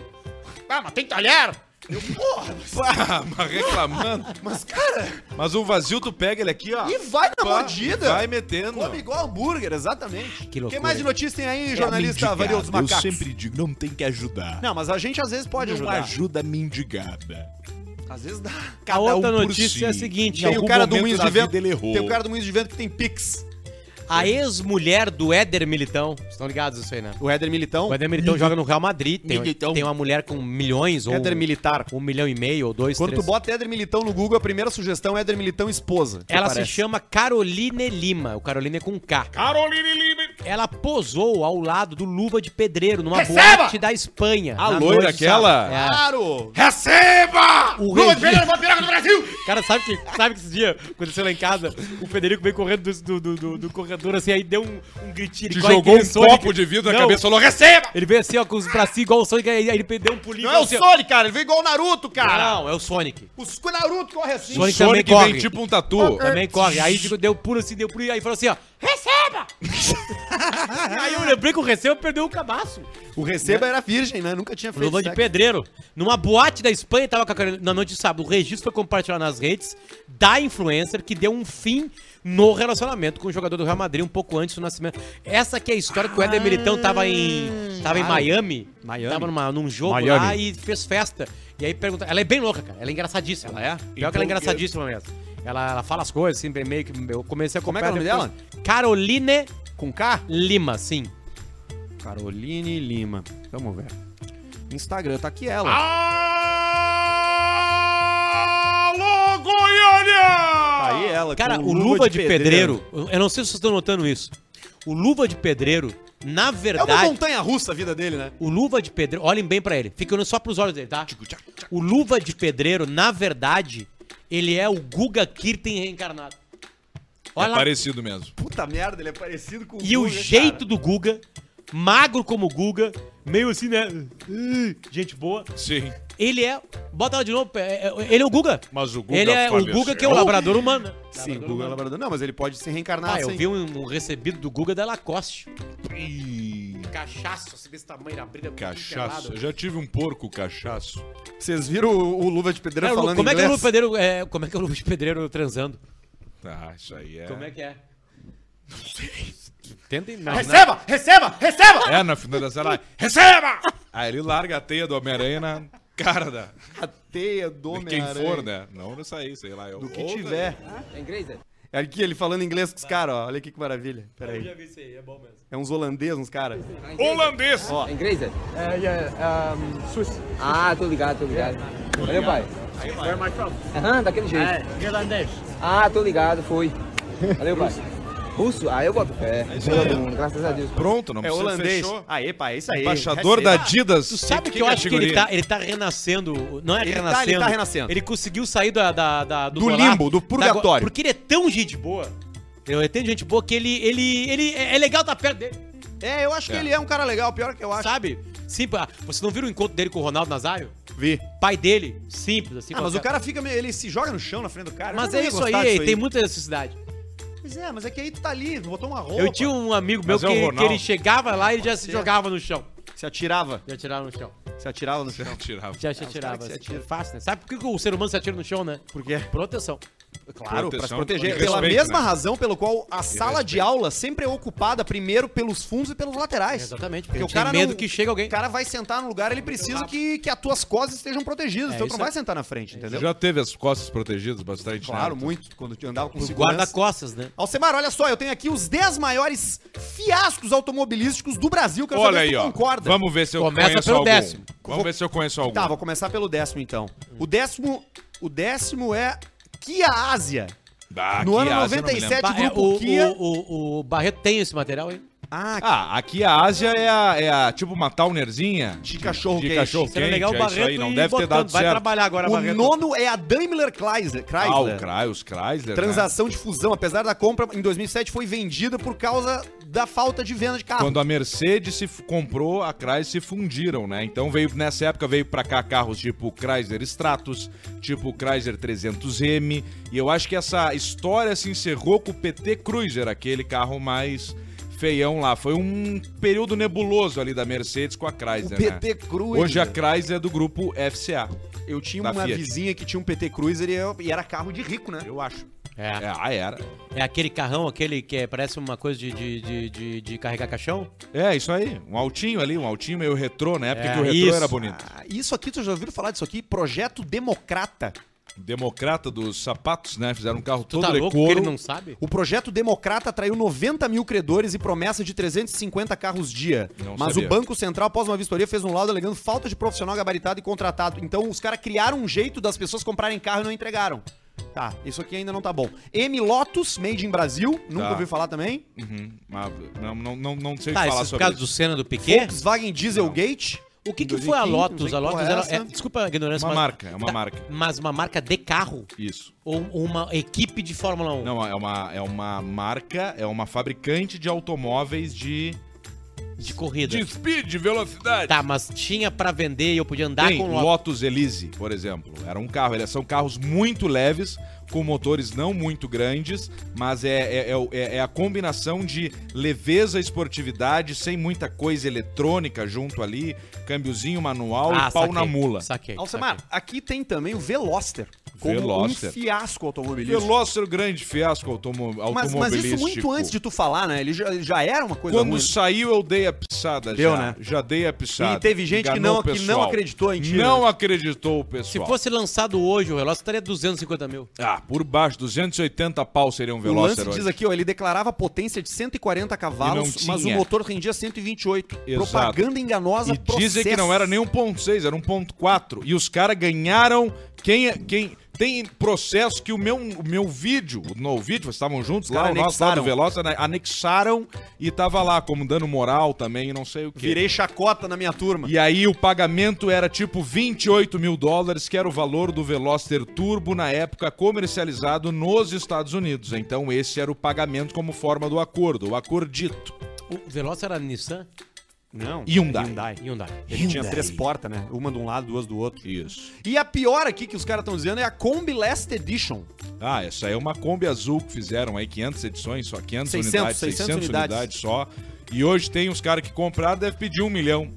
Ah, mas tem talher? "Eu, Porra, mas, Ah, mas reclamando. mas, cara, Mas o vazio tu pega ele aqui, ó. e vai na Pá, tá mordida. Vai metendo. Come igual hambúrguer, exatamente. Que O que loucura, mais de hein? notícias tem aí, É jornalista mendigada. Avaril dos Macacos? Eu sempre digo, não tem que ajudar. Não, mas a gente às vezes pode Não ajudar. ajuda mendigada. Às vezes dá. A outra um por notícia si. é a seguinte: Tem em o algum cara do momento Moinhos da um de Vento. vida ele errou. Tem o cara do Moinhos de Vento que tem Pix. A ex-mulher do Éder Militão. Vocês estão ligados isso aí, né? O Éder Militão. O Éder Militão joga no Real Madrid. Tem, um- Militão. tem uma mulher com milhões ou Éder Militar. um milhão e meio ou dois, Quando tu três. bota Éder Militão no Google, a primeira sugestão é Éder Militão esposa. que Ela aparece. se chama Caroline Lima. O Caroline é com K. Caroline Lima. Ela posou ao lado do Luva de Pedreiro numa Receba! boate da Espanha. A na loira noite de aquela? sábado. É. Claro! Receba! O Lua Ah, de regime- Pedreiro levou a piroca do Brasil! Cara, sabe que, sabe que esse dia aconteceu lá em casa? O Federico veio correndo do, do, do- do- do corredor, assim, aí deu um, um gritinho. ele Te quase que jogou nem um Sonic. copo de vidro na Não, cabeça e falou, receba! Ele veio assim, ó, com os bracinhos igual o Sonic, aí aí ele deu um pulinho. Não é o assim, ó. Sonic, cara, ele veio igual o Naruto, cara. Não, é o Sonic. O Naruto corre assim. Sonic, O também Sonic corre. vem tipo um tatu. Também corre. Aí tipo, deu pulo assim, deu pulo, e aí falou assim, ó, receba! aí eu lembrei que o receba perdeu o cabaço. O Receba era virgem, né? Nunca tinha feito Luva de sexo. pedreiro. Numa boate da Espanha, tava com a Carolina- na noite de sábado. O registro foi compartilhado nas redes da influencer que deu um fim no relacionamento com o jogador do Real Madrid um pouco antes do nascimento. Essa que é a história que o Éder Militão tava em, tava em Miami, Miami. Tava numa- num jogo lá Miami. e fez festa. E aí pergunta, ela é bem louca, cara. Ela é engraçadíssima. Ela é? Pior Então, que ela é engraçadíssima mesmo. Ela, ela fala as coisas, assim, meio que eu comecei a Como é que é o acompanhar nome depois. Caroline Com K? Lima, sim. Caroline Lima. Vamos ver. Instagram, tá aqui ela. Alô, Goiânia! Tá aí ela. Cara, com o Luva de, pedreiro, eu não sei se vocês estão notando isso. O Luva de Pedreiro, na É uma verdade, montanha russa a vida dele, né? o Luva de Pedreiro, olhem bem pra ele, fica olhando só pros olhos dele, tá? O Luva de Pedreiro, na verdade, ele é o Guga Kirten reencarnado. É Olha lá. parecido mesmo. Puta merda, ele é parecido com E o Guga, jeito cara. do Guga, magro como o Guga, meio assim, né? Uh, Gente boa. Sim. Ele é. Bota ela de novo. é- é- Ele é o Guga. Mas o Guga assim, Ele é o faleceu. Guga que é o labrador humano. Sim, Labrador Guga é humano. labrador. Não, mas ele pode se reencarnar Ah, eu assim. vi um, um recebido do Guga da Lacoste. Cachaço, assim desse tamanho, na brilha Cachaço. Eu já tive um porco cachaço. Vocês viram o, o Luva de Pedreiro Cara, Lu- falando como, é que é o Lu inglês? pedreiro, é, como é que é o Lu Pedreiro transando? Tá, isso aí é... Como é que é? Tenta imaginar. é Receba! Receba! Receba! É, na final da sala, receba! Aí ele larga a teia do Homem-Aranha na cara da... A teia do de quem Homem-Aranha. for, né? Não não sei, sei lá. eu- Do que ou da- tiver. É aqui ele falando inglês com os caras, ó. Olha aqui que maravilha. Pera aí. vi isso aí, é bom mesmo. É uns holandeses, uns É caras. Holandês! Inglês? É, Ah, tô ligado, tô ligado. Valeu, pai. Aham, daquele jeito. Ah, tô ligado, foi. Valeu, pai. É, Russo? Ah, eu boto fé. Todo mundo, graças a Deus. Pronto, não É precisa, holandês. fechou. Aê, pá, é isso aí. Embaixador da Adidas. Tu sabe que, eu acho que ele tá, ele tá renascendo. Não é Ele tá- ele renascendo. tá renascendo. Ele conseguiu sair da, da- da- Do golaço, limbo, do da purgatório. go- porque ele é tão gente boa. Ele é tão gente boa que ele, ele, ele é é legal estar perto dele. É, eu acho que ele é um cara legal, pior que eu acho. Sabe? Sim, pá, você não viram o encontro dele com o Ronaldo Nazário? Vi. Pai dele, simples, assim. Ah, mas qualquer- o cara fica meio. Ele se joga no chão na frente do cara. Mas Eu é não ia isso aí, gostar disso tem muita necessidade. Pois é, mas é que aí tu tá ali, tu botou uma roupa. Eu tinha um amigo meu Mas que, é o que Ronaldo. ele chegava lá e ele já se ser. jogava no chão. Se atirava. Já tirava no chão. Se atirava no chão. Tirava. Já, já os caras tirava. que se assim, atiram. Fácil, né? Sabe por que que o ser humano se atira no chão, né? Por quê? Proteção. Claro, para se Proteção proteger. e pela respeito, mesma né? razão pelo qual a sala de aula sempre é ocupada primeiro pelos fundos e pelos laterais. Exatamente, porque Porque eu o cara tenho medo não- que chegue alguém. O cara vai sentar no lugar, ele precisa que, que as tuas costas estejam protegidas. É, então tu isso não é- vai sentar na frente, entendeu? Já teve as costas protegidas bastante, Claro, né? muito. Quando eu andava com Os segurança. guarda-costas, né? Alcemar, olha só, eu tenho aqui os 10 maiores fiascos automobilísticos do Brasil. Quero Olha saber se aí, tu ó. concorda. Vamos ver se eu Começa conheço pelo algum. décimo. Vamos ver se eu conheço algum. Tá, vou começar pelo décimo, então. O décimo... O décimo é Kia Ásia. Ah, No aqui ano a Ásia eu não me 97, lembro. Ba- é, grupo o, Kia. o- o- o Barreto tem esse material aí. Ah, Ah, aqui a Ásia é, a, é a- tipo uma townerzinha. De cachorro de quente. cachorro Será quente, legal o é isso Barreto aí, não e deve ter botando. dado Vai certo. trabalhar agora, o Barreto. nono é a Daimler Chrysler. Ah, o Chrysler. Chrysler, os Chrysler, né? Transação de fusão, apesar da compra em 2007 foi vendida por causa da falta de venda de carro. Quando a Mercedes se f- comprou, a Chrysler se fundiram, né? Então veio nessa época veio pra cá carros tipo Chrysler Stratus, tipo Chrysler 300M, e eu acho que essa história se encerrou com o PT Cruiser, aquele carro mais feião lá. Foi um período nebuloso ali da Mercedes com a o Chrysler, né? PT Cruiser. Hoje a Chrysler é do grupo FCA. Eu tinha da uma Fiat. vizinha que tinha um PT Cruiser e, eu- e era carro de rico, né? Eu acho. É. É, ah, era. É aquele carrão, aquele que é- parece uma coisa de, de, de, de- de carregar caixão. É, isso aí. Um altinho ali, um altinho meio retrô, na época É, que o retrô isso. era bonito. Ah, isso aqui, tu já ouviram falar disso aqui? Projeto Democrata. Democrata dos sapatos, né? Fizeram um carro Tu todo tá de louco que couro. ele não sabe? O projeto Democrata atraiu 90 mil credores e promessa de 350 carros dia. Não Mas sabia. o Banco Central, após uma vistoria, fez um laudo alegando falta de profissional gabaritado e contratado. Então os caras criaram um jeito das pessoas comprarem carro e não entregaram. Tá, isso aqui ainda não tá bom. M Lotus, made in Brasil, nunca Tá. ouviu falar também. Uhum. Mas Não, não, não, não sei Tá, falar esses sobre casos isso. do Senna do Piquet. Volkswagen Dieselgate. O que, que foi a 2015, não Lotus? sei A que Lotus porra é era. essa. é, desculpa a ignorância, Uma mas- marca, é uma tá, marca. Mas uma marca de carro Isso. ou uma equipe de Fórmula 1? Não, é uma, é uma marca, é uma fabricante de automóveis de, De corrida. de speed, de velocidade. Tá, mas tinha pra vender e eu podia andar Tem com Lotus. Lotus Elise, por exemplo. Era um carro, eles são carros muito leves, com motores não muito grandes, mas é, é, é o- é- é a combinação de leveza e esportividade, sem muita coisa eletrônica junto ali, câmbiozinho manual e pau na mula. Ah, Saquei. Alcemar, aqui tem também o Veloster. Como Veloster. um fiasco automobilístico. Veloster, é grande fiasco automo Mas, automobilístico. mas isso muito antes de tu falar, né? Ele já, ele já era uma coisa Quando ruim. saiu, eu dei a pisada Deu, já. né? Já dei a pisada. E teve gente que Enganou não, o que não pessoal. acreditou em ti. né? Não acreditou o Se pessoal. fosse lançado hoje o relógio, estaria 250 mil. Ah, por baixo, 280 pau seria um O lance Veloster hoje. diz aqui, ó, ele declarava potência de 140 cavalos, E não mas o tinha. motor rendia 128. Exato. Propaganda enganosa, E dizem que não era nem 1.6, era 1.4. E os caras ganharam. Quem, é- quem tem processo que o meu, o meu vídeo, o novo vídeo, vocês estavam juntos lá, caras o nosso lá do anexaram. Veloster, né, anexaram e tava lá, como dando moral também, não sei o quê. Virei chacota na minha turma. E aí o pagamento era tipo 28 mil dólares, que era o valor do Veloster Turbo na época comercializado nos Estados Unidos. Então esse era o pagamento como forma do acordo, o acordito. O Veloz era Nissan Não, Hyundai. Hyundai. Ele tinha três portas, né? Uma de um lado, duas do outro. Isso. E a pior aqui que os caras estão dizendo é a Kombi Last Edition. Ah, essa aí é uma Kombi azul que fizeram aí 500 edições, só 500 600, unidades, 600, 600 unidades. unidades só. E hoje tem os caras que compraram, deve pedir um milhão.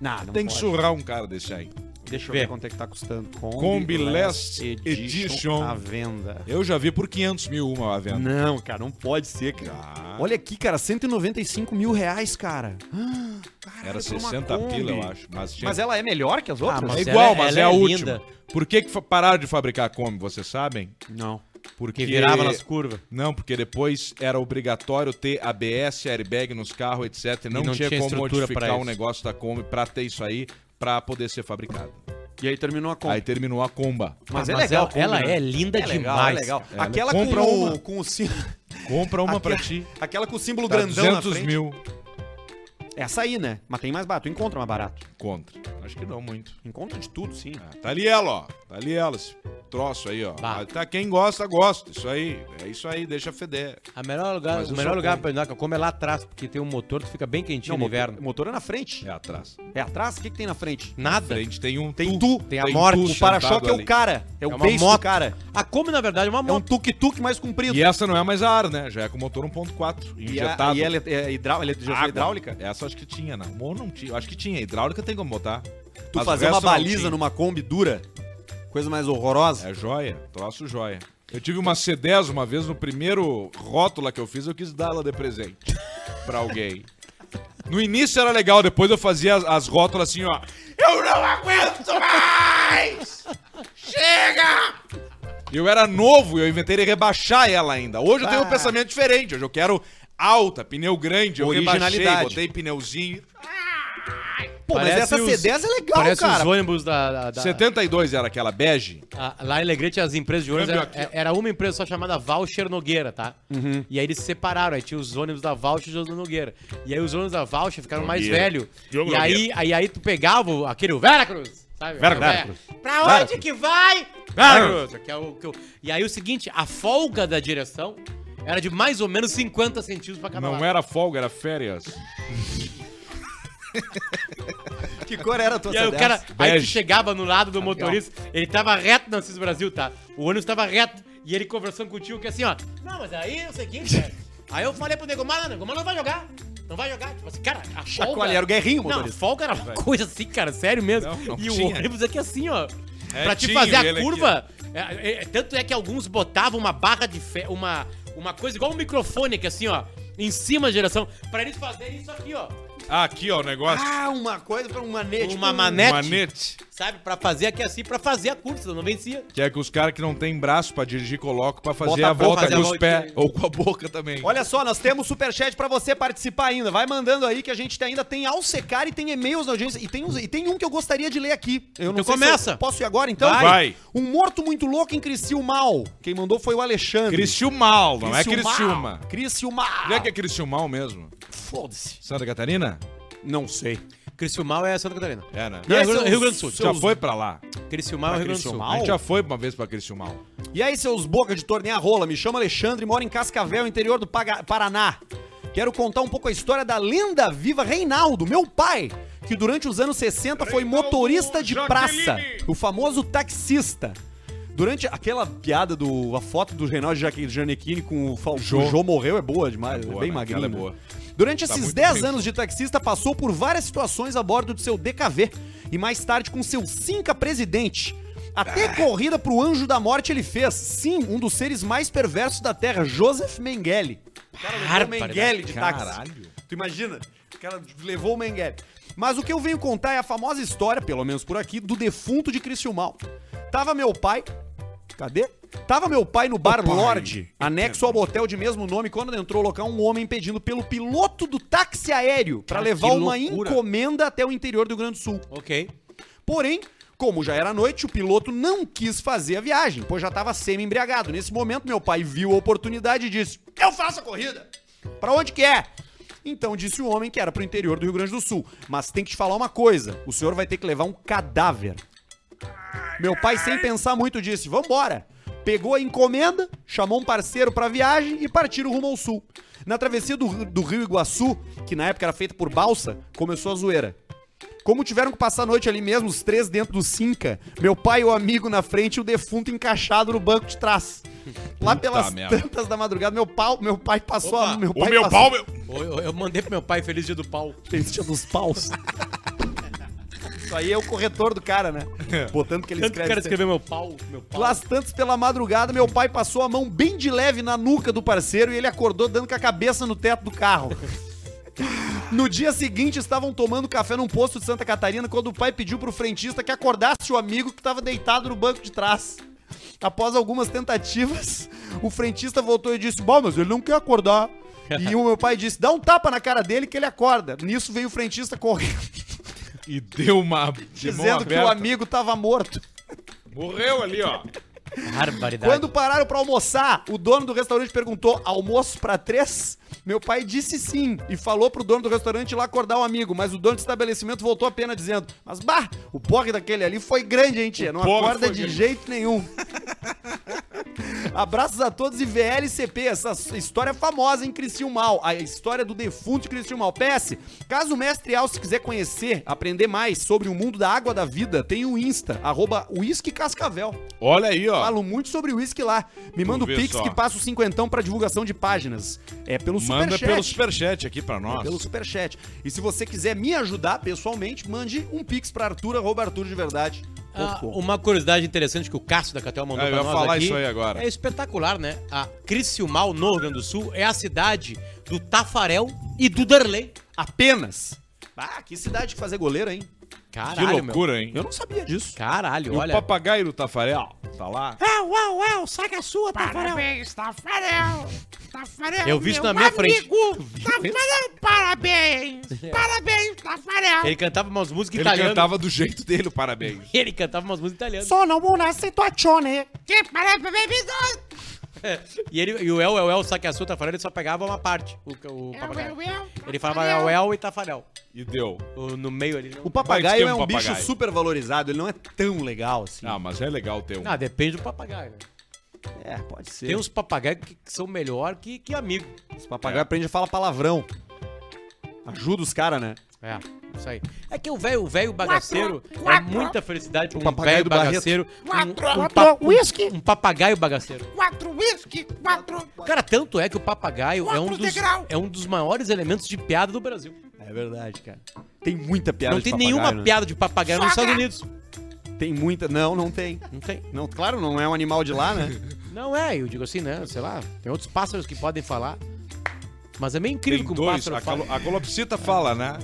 Não, não tem que pode. surrar um cara desse aí. Deixa eu Vê. ver quanto é que tá custando. Kombi, Kombi Last Edition. à venda. Eu já vi por 500 mil uma à venda. Não, cara, não pode ser, cara. Ah, Olha aqui, cara, 195 mil reais, cara. Ah, caralho, era por uma 60 pila, eu Kombi. acho. Mas, tinha Mas ela é melhor que as outras? Ah, mas É igual, ela- mas é a ela é última. linda. Por que, que fa- pararam de fabricar a Kombi, vocês sabem? Não. Porque Que virava nas curvas. Não, porque depois era obrigatório ter ABS, airbag nos carros, etc. Não, E não tinha, tinha como estrutura pra modificar o isso. negócio da Kombi pra ter isso aí, pra poder ser fabricado. E aí terminou a compra. Aí terminou a Comba. mas, Ah, é legal. Ela, ela é linda linda é legal, demais. é legal. Ela Aquela compra com, uma. O, com o sim- Compra uma pra é Aquela- ti. Aquela com o símbolo Tá grandão na 200 frente. mil. Essa aí, né? Mas tem mais barato. Tu Encontra mais barato. Contra. Acho que não muito. Encontra de tudo, sim. Ah, tá ali ela, ó. Tá ali ela, esse troço aí, ó. Bah. Ah, Tá, quem gosta, gosta. Isso aí. É isso aí, deixa feder. A melhor lugar, Mas o eu melhor sou lugar contra. pra andar com a Kombi é lá atrás, porque tem um motor, tu fica bem quentinho Não, no motor- inverno. motor é na frente. É atrás. Na É atrás? O que, que tem na frente? Nada. frente tem um Tem tu. tem a morte. tu O para-choque é sentado o ali. cara. É É o uma beijo moto. do cara. A Kombi, na verdade, é uma É um moto. tuk-tuk mais comprido. E essa não é mais a ar, né? Já é com motor 1.4 E a- injetado. E ela é, é hidrá- ela é Água. hidráulica? Essa acho que tinha, não. Ou não tinha. Acho que tinha. Hidráulica tem como botar. Tu Mas o fazer uma resto não baliza tinha. numa Kombi dura? Coisa mais horrorosa. É joia. Troço joia. Eu tive uma C10 uma vez, no primeiro rótula que eu fiz, eu quis dar ela de presente pra alguém. No início era legal, depois eu fazia as, as rótulas assim, ó. Eu não aguento mais! Chega! Eu era novo e eu inventei de rebaixar ela ainda. Hoje eu tenho um pensamento diferente. Hoje eu quero alta, pneu grande. Eu rebaixei, Originalidade. botei pneuzinho. Pô, mas Parece essa os- C10 é legal, Parece cara. os ônibus da... da, da- 72 era aquela bege. Ah, lá em Alegrete, as empresas de ônibus, Câmbio era, era uma empresa só chamada Voucher Nogueira, tá? E aí eles se separaram, aí tinha os ônibus da Voucher e os da Nogueira. E aí os ônibus da Voucher ficaram mais velhos. E aí, aí, aí tu pegava o- aquele o Veracruz, sabe? Veracruz. Pra onde que vai? Veracruz. Que é o, que o- E aí o seguinte, a folga da direção era de mais ou menos 50 centímetros pra cada Não é lado. era folga, era férias. Que cor era a tua E aí o C10? cara, aí tu Bege. chegava no lado do motorista, ele tava reto na Assis Brasil, tá? O ônibus tava reto. E ele conversando contigo que assim, ó. Não, mas aí é o seguinte, velho. Aí eu falei pro Negomar, não, Negomar não vai jogar. Não vai jogar. Tipo assim, cara, a folga... Chacoalha, era o Guerrinho, o Não, a motorista. folga era uma coisa assim, cara, sério mesmo. Não, não e o tinha. ônibus aqui assim, ó. É, pra te tinha fazer ele a aqui, curva. é, é, é, tanto é que alguns botavam uma barra de ferro, uma, uma coisa igual um microfone aqui assim, ó. Em cima da geração. Pra eles fazerem isso aqui, ó. Ah, aqui, ó, o negócio. Ah, uma coisa pra um manete. Uma manete. Sabe? Pra fazer aqui assim, pra fazer a curva, senão não vencia. Que é que os caras que não tem braço pra dirigir colocam pra fazer Bota a a volta fazer a com os voltinha. pés. Ou com a boca também. Olha só, nós temos superchat pra você participar ainda. Vai mandando aí que a gente ainda tem ao secar e tem e-mails na audiência. E tem, uns- e tem um que eu gostaria de ler aqui. Eu não Então sei se começa. eu posso ir agora, então? Vai. Vai. Um morto muito louco em Criciúmal. Quem mandou foi o Alexandre. Criciúmal, não é Criciúmal. Criciúma. Ah. Criciúmal. Onde é que é Criciúmal mesmo? Foda-se. Santa Catarina? Não sei. Criciúmal é Santa Catarina. É, né? Não, é Rio, seus- Rio Grande do Sul. Já foi pra lá. Criciúmal é Rio Grande do Sul. Criciúmal? A gente já foi uma vez pra Criciúmal. E aí, seus boca de torneia rola, me chamo Alexandre, moro em Cascavel, interior do Paga- Paraná. Quero contar um pouco a história da lenda viva Reinaldo, meu pai, que durante os anos 60 foi motorista de praça, o famoso taxista. Durante aquela piada do a foto do Reinaldo Jaque- Giannichini com o Falcão, Jô. o Jô morreu é boa demais, É é, boa, bem né? magrinho. Ela é né? boa. Durante Tá esses muito 10 triste. anos de taxista, passou por várias situações a bordo do seu DKV e mais tarde com seu Cinca Presidente. Até Ah. corrida pro Anjo da Morte ele fez. Sim, um dos seres mais perversos da Terra, Joseph Mengele. O cara levou o Mengele né? de táxi. Tu imagina? O cara levou o Mengele. Mas o que eu venho contar é a famosa história, pelo menos por aqui, do defunto de Criciúmal. Tava meu pai... Cadê? Tava meu pai no bar Lorde, anexo ao motel de mesmo nome, quando entrou local um homem pedindo pelo piloto do táxi aéreo pra Cara, levar que uma loucura. encomenda até o interior do Rio Grande do Sul. Ok. Porém, como já era noite, o piloto não quis fazer a viagem, pois já estava semi-embriagado. Nesse momento, meu pai viu a oportunidade e disse: Eu faço a corrida! Pra onde que é? Então disse o homem que era pro interior do Rio Grande do Sul. Mas tem que te falar uma coisa: o senhor vai ter que levar um cadáver. Meu pai, sem pensar muito, disse: Vambora! Pegou a encomenda, chamou um parceiro pra viagem e partiram rumo ao sul. Na travessia do, do Rio Iguaçu, que na época era feita por balsa, começou a zoeira. Como tiveram que passar a noite ali mesmo, os três dentro do Cinca, meu pai e o amigo na frente e o defunto encaixado no banco de trás. Lá pelas merda. tantas da madrugada, meu, pau, meu pai passou a. Opa. Meu Ô, pai meu passou, pau, meu... Eu, eu- eu mandei pro meu pai Feliz Dia do Pau. Feliz dia dos paus. Isso aí é o corretor do cara, né? Botando que ele Tanto que o escreve. sempre. cara escreveu meu pau, meu pau. Lá às tantas pela madrugada, meu pai passou a mão bem de leve na nuca do parceiro e ele acordou dando com a cabeça no teto do carro. No dia seguinte, estavam tomando café num posto de Santa Catarina quando o pai pediu pro frentista que acordasse o amigo que estava deitado no banco de trás. Após algumas tentativas, o frentista voltou e disse: Bom, mas ele não quer acordar. E o meu pai disse: Dá um tapa na cara dele que ele acorda. Nisso veio o frentista correndo, E deu uma... de mão dizendo que o aberta. amigo estava morto. Morreu ali, ó. Barbaridade. Quando pararam pra almoçar, o dono do restaurante perguntou: almoço pra três? Meu pai disse sim e falou pro dono do restaurante ir lá acordar um amigo, mas o dono do estabelecimento voltou apenas dizendo: Mas bah, o porre daquele ali foi grande, hein, tia? Não porre acorda foi de grande." jeito nenhum. Abraços a todos e VLCP, essa história é famosa em Criciúmal, a história do defunto de Criciúmal. PS, caso o mestre Alce quiser conhecer, aprender mais sobre o mundo da água da vida, tem o Insta, arroba Whisky Cascavel. Olha aí, ó. Falo muito sobre uísque lá. Me manda o vê Pix só. que passa o cinquentão pra divulgação de páginas. É um pelo Manda Superchat. pelo superchat aqui pra nós. Pelo superchat. E se você quiser me ajudar pessoalmente, mande um pix pra Arthur, arroba Arthur de verdade. Ah, uma curiosidade interessante que o Cássio da Catel mandou Ah, eu pra ia nós falar aqui. isso aí agora. É espetacular, né? A Criciúmal, no Rio Grande do Sul, é a cidade do Tafarel e do Derlei. Apenas. Ah, que cidade de fazer goleiro, hein? Caralho, que loucura, hein? Eu não sabia disso. Meu. Caralho, E olha. o papagaio do Tafarel tá lá. Ah, uau, uau, saca a sua, Tafarel. Parabéns, Tafarel! Tafarel! Eu vi isso meu na minha frente. amigo. Tu viu Tafarel, parabéns! Parabéns, Tafarel! Ele cantava umas músicas Ele italianas. cantava do jeito dele, o parabéns. Ele cantava umas músicas italianas. Sono una situazione che pareva E, ele, e o El, El, El, Sacaçu, Tafarel, ele só pegava uma parte, o, É o papagaio. Ele falava El, El e Tafarel. E deu. O- no meio ali. né? Não... O papagaio Mas é um tem um bicho papagaio. super valorizado, ele não é tão legal assim. Então. Ah, mas é legal ter um. Ah, depende do papagaio, né? É, pode ser. Tem um- uns papagaios que, que são melhor que, que amigo. Os papagaios aprendem a falar palavrão. Ajuda os caras, né? É, isso aí. É que o velho o velho bagaceiro é quatro. muita felicidade pra um Papagaio velho do Barreto. bagaceiro. Quatro, um, um, quatro, pa- um- whisky. um papagaio bagaceiro. quatro whisky, quatro. Cara, tanto é que o papagaio é um, Quatro dos, degrau. é um dos maiores elementos de piada do Brasil. É verdade, cara. Tem muita piada não de tem papagaio, nenhuma né? piada de papagaio nos Sogra. Estados Unidos. Tem muita. Não, não tem. Não tem. Não, claro, não é um animal de lá, né? Não é, eu digo assim, né? Sei lá, tem outros pássaros que podem falar. Mas é meio incrível Tem que um dois. pássaro A, fala. calo- a calopsita fala, né?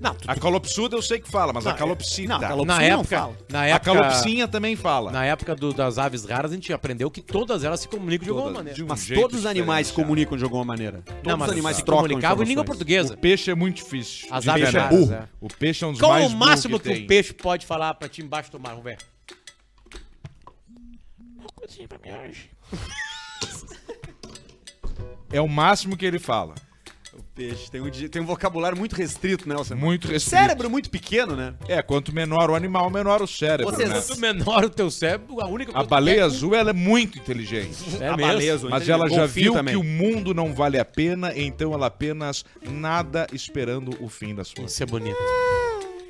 Não, tu- A calopsuda eu sei que fala, mas a é- calopsita. não, a calop- na calopsinha não época, fala. na A época, calopsinha também fala. na época do- das aves raras, a gente aprendeu que todas elas se comunicam de alguma Todas, maneira. de um Mas jeito todos os animais diferenciado. comunicam de alguma maneira. Todos Não, mas os animais se trocam comunicavam em língua informações. O portuguesa. peixe é muito difícil. As de aves enganar. raras, é. O peixe é um dos Qual mais o burros máximo que, tem. um peixe pode falar pra ti embaixo do mar, vamos ver? É o máximo que ele fala. O peixe tem um, di- tem um vocabulário muito restrito, né, Alcemar? Muito restrito. Cérebro muito pequeno, né? É, quanto menor o animal, menor o cérebro, Vocês- né? Quanto é menor o teu cérebro, a única A baleia azul, ela é muito inteligente. é A mesmo. baleia azul, Mas entendeu? ela já Golfinho viu também. que o mundo não vale a pena, então ela apenas nada esperando o fim da sua. Isso é bonito.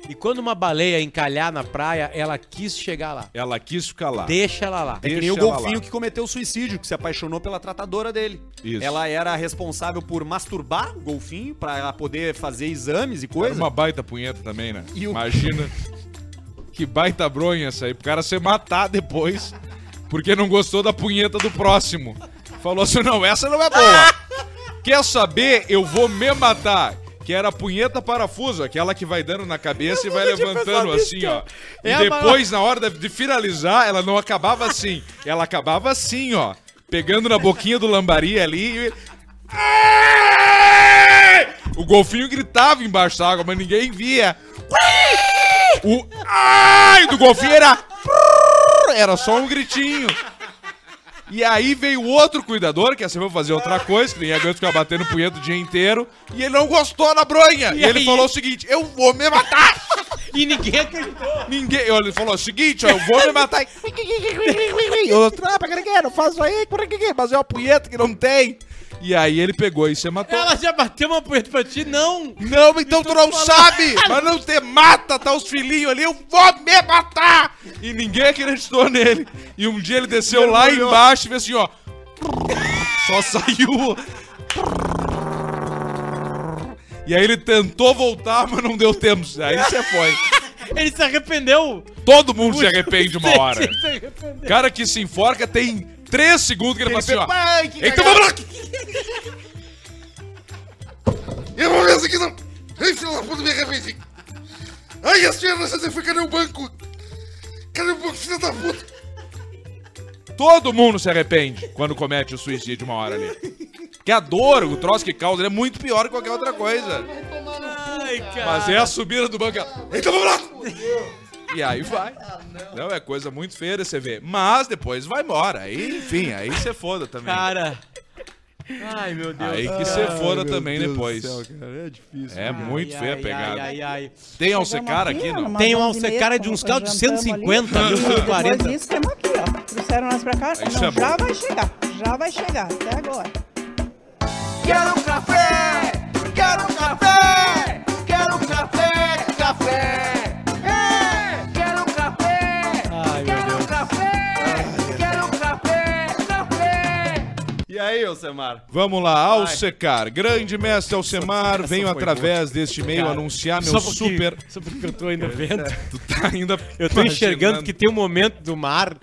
E quando uma baleia encalhar na praia, ela quis chegar lá. Ela quis ficar lá. Deixa ela lá. É que nem o Deixa ela golfinho lá. que cometeu suicídio, que se apaixonou pela tratadora dele. Isso. Ela era responsável por masturbar o golfinho pra poder fazer exames e Era coisa. uma baita punheta também, né? E o- Imagina que baita bronha essa aí. Pro cara se matar depois porque não gostou da punheta do próximo. Falou assim, não, essa não é boa. Quer saber? Eu vou me matar. Que era a punheta parafuso, aquela que vai dando na cabeça e vai levantando assim, ó. É e a depois, na hora de- de finalizar, ela não acabava assim. Ela acabava assim, ó. Pegando na boquinha do lambari ali e... O golfinho gritava embaixo da água, mas ninguém via. O ai do golfinho era era só um gritinho. E aí veio outro cuidador, que assim, vou fazer outra coisa, que nem aguento ficar batendo punheta o dia inteiro, e ele não gostou da bronha. E, E ele aí? falou o seguinte, eu vou me matar. E ninguém acreditou. Ninguém, olha, ele falou o seguinte, ó, eu vou me matar. E outro, ah, pra que não faço aí, pra que mas é uma punheta que não tem. E aí ele pegou e se matou. Ela já bateu uma punheta pra ti? Não! Não, então tu não sabe! Mas não te mata, tá os filhinhos ali, eu vou me matar! E ninguém acreditou nele. E um dia ele desceu lá embaixo e fez assim, ó. Só saiu. E aí ele tentou voltar, mas não deu tempo. Aí você foi. Ele se arrependeu! Todo mundo se arrepende uma hora. Ele se arrependeu. cara que se enforca tem 3 segundos que ele faz assim, ó. Então vamos lá! Eu vou ver isso aqui não! Ai, filho da puta, me arrependi! Ai, a senhora, você foi, cadê o banco? Cadê o banco, filho da puta? Todo mundo se arrepende quando comete o suicídio uma hora ali. Que a dor, o troço que causa, ele é muito pior que qualquer outra coisa. Ai, cara! Mas é a subida do banco. Então vamos lá! E aí vai. Não, é coisa muito feia de você ver. Mas depois vai embora. Aí, enfim, aí você foda também. Cara! Ai, Ah, meu Deus! Aí que você foda também depois. É muito feia a pegada. Ai, ai, ai. Tem Alcecar aqui, não? Tem um alcecara de uns caras de 150 mil, 140. Depois disso, temos aqui, ó. Trouxeram nós pra cá. Isso não, é bom. já vai chegar. Já vai chegar. Até agora. Quero um café! Quero um café! Quero um café! Café! Ei, Quero um café! Ai, meu Deus. Quero um café! Quero um café! Café! E aí, Alcemar? Vamos lá, Vai. Alcecar. Grande mestre Alcemar, venho através deste e-mail Cara, anunciar só um meu porque- super. Só porque eu tô ainda vendo. um Tu tá ainda. Eu tô enxergando que tem um momento do mar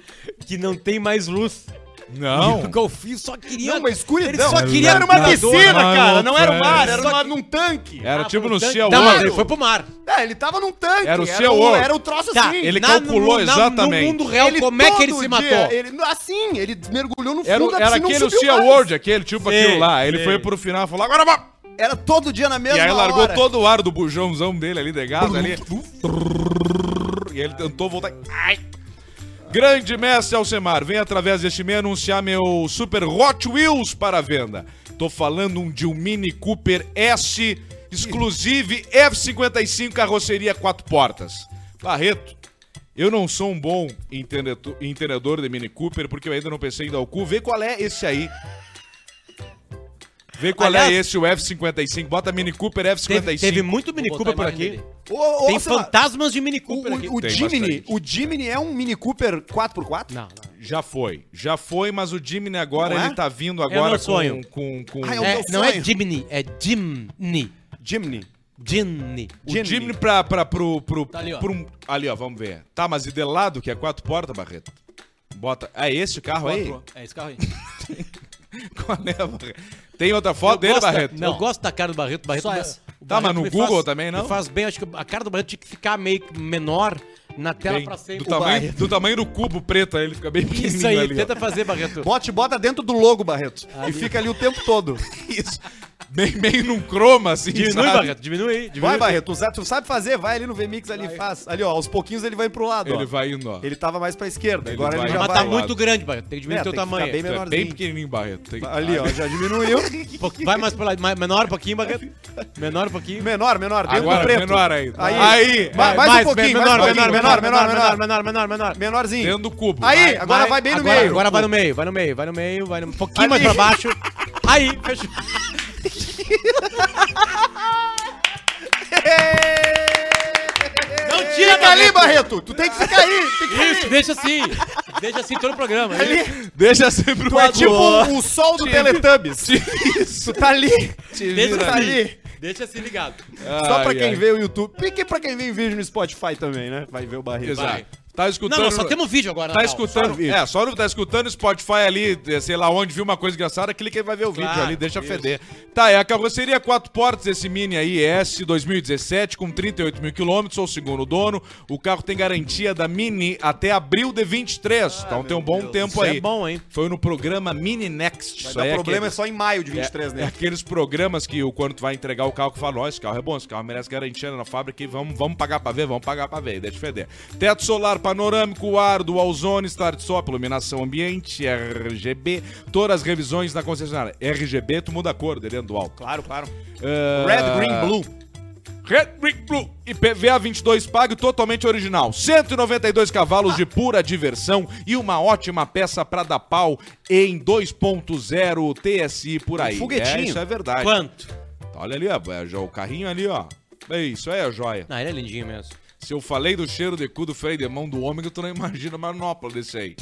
que não tem mais luz. Não. E o Golfinho só queria. Não, é uma escuridão. Ele só queria. Era uma nadador. piscina, não, cara. não, Não era um mar, é. era uma- num tanque. Era Ah, tipo foi no tanque. Sea Não, mas ele World. foi pro mar. É, ele tava num tanque. Era o Sea um- World. Era um troço Tá, assim. ele na- calculou no- na- exatamente. No mundo real, como é que ele se todo matou? dia, ele- assim, ele mergulhou no fundo Era, da era piscina, não aquele o subiu Sea mais. World, aquele tipo Sei, aquilo lá. Ele sei. foi pro final e falou: agora vamos! Era todo dia na mesma E aí largou hora. todo o ar do bujãozão dele ali de gás ali. E ele tentou voltar. Ai. Grande mestre Alcemar, vem através deste e-mail anunciar meu Super Hot Wheels para venda. Tô falando um de um Mini Cooper S, exclusive F55 carroceria quatro portas. Barreto, eu não sou um bom entenedo- entendedor de Mini Cooper porque eu ainda não pensei em dar o cu. Vê qual é esse aí. Vê qual Aliás- é esse, o F55. Bota Mini Cooper F55. Teve, teve muito Mini Vou Cooper botar por a aqui. imagem dele. Ô, ô, Tem Alcemar, fantasmas de Mini Cooper aqui. O, o, Tem Jimny, bastante. o Jimny é um Mini Cooper 4x4? Não, Já foi. Já foi, mas o Jimny agora, Não é? ele tá vindo meu agora com, sonho. com, com... Ah, é não. o É, meu não é sonho. Jimny, é Jimny. Jimny. Jimny. O Jimny pra, pra, pro, pro, Tá ali, ó. pro- Ali, ó, vamos ver. Tá, mas e de lado, que é quatro portas, Barreto? Bota... É esse o carro aí? É esse carro aí. Qual é, Barreto? Tem outra foto dele, gosto da- Barreto? Eu gosto da cara do Barreto. Barreto Só me- essa. o Tá, mas Barreto no me Google faz- também, não? me faz bem, acho que a cara do Barreto tinha que ficar meio que menor na tela Bem, pra ser do, o tamanho, Barreto. do tamanho do cubo preto, aí ele fica bem pequenininho Isso aí, ali, ó. tenta fazer, Barreto. Bote bota dentro do logo, Barreto. E fica ali o tempo todo. Isso. Bem, meio num croma, assim, Diminui, sabe? Barreto, diminui aí. Vai, Barreto, tu sabe, tu sabe fazer, vai ali no VMix ali e faz. Ali, ó, aos pouquinhos ele vai pro lado, ó. Ele vai indo, ó. Ele é tava mais pra esquerda, Ele agora vai. ele já Mas vai. tá lá. muito grande, Barreto. Tem que diminuir É, o teu tem que ficar tamanho. bem Tu é bem menorzinho. pequenininho, Barreto. Tem- Ali, ó, já diminuiu. Pô, Vai mais pra lá, mais- menor um pouquinho, Barreto. Menor um pouquinho. É, menor, menor, dentro Agora, do preto. menor ainda. Aí. Aí. Ma- mais, um pouquinho, menor, mais um pouquinho, menor, menor, menor, menor, menor, menor, menor. Menorzinho. Dentro do cubo. Aí, Vai. agora vai bem no agora, meio. Agora vai no meio, vai no meio, vai no meio, vai no... um pouquinho mais Ali. pra baixo. Aí, fechou. Não tira, Fica ali, Barreto. Barreto! Tu tem que ficar aí! Tem que ficar Isso, deixa assim. Deixa assim todo o programa. Deixa sempre Tu o é tipo o sol do Teletubbies. Isso. Tu tá ali. Deixa Tu tá ali. assim. Deixa assim ligado. Só pra quem ai. vê o YouTube. Porque pra quem vê em vídeo no Spotify também, né? Vai ver o Barreto. Exato. Vai. Tá escutando. Não, não, só temos vídeo agora, Tá Natal. Só no escutando. vídeo. É, só não tá escutando Spotify ali, eh, sei lá onde, viu uma coisa engraçada, clica e vai ver o vídeo Claro, ali, deixa isso. feder. Tá, é a carroceria quatro portas, esse Mini aí, S 2017, com 38 mil quilômetros, sou o segundo dono. O carro tem garantia da Mini até abril de 23, então tem um bom tempo Isso aí. é bom, hein? Foi no programa Mini Next. Vai isso aí dar é problema é aquele- só em maio de 23, é né? aqueles programas que o quando tu vai entregar o carro que fala, ó, esse carro é bom, esse carro merece garantia na fábrica e vamos, vamos pagar pra ver, vamos pagar pra ver, deixa eu feder. Teto solar panorâmico, ar, dual zone, start stop, iluminação ambiente, RGB, todas as revisões na concessionária. RGB, tu muda a cor, dele é dual. Claro, claro. Ah, Red, green, blue. Red Brick Blue IPVA 22 pago totalmente original. 192 cavalos de pura diversão e uma ótima peça pra dar pau em 2.0 TSI por aí. Um foguetinho. É, isso é verdade. Quanto? Olha ali, ó, é jo- o carrinho ali, ó. É isso aí, ó, joia. Não, ele é lindinho mesmo. Se eu falei do cheiro de cu do freio de mão do ômega, tu não imagina a manopla desse aí.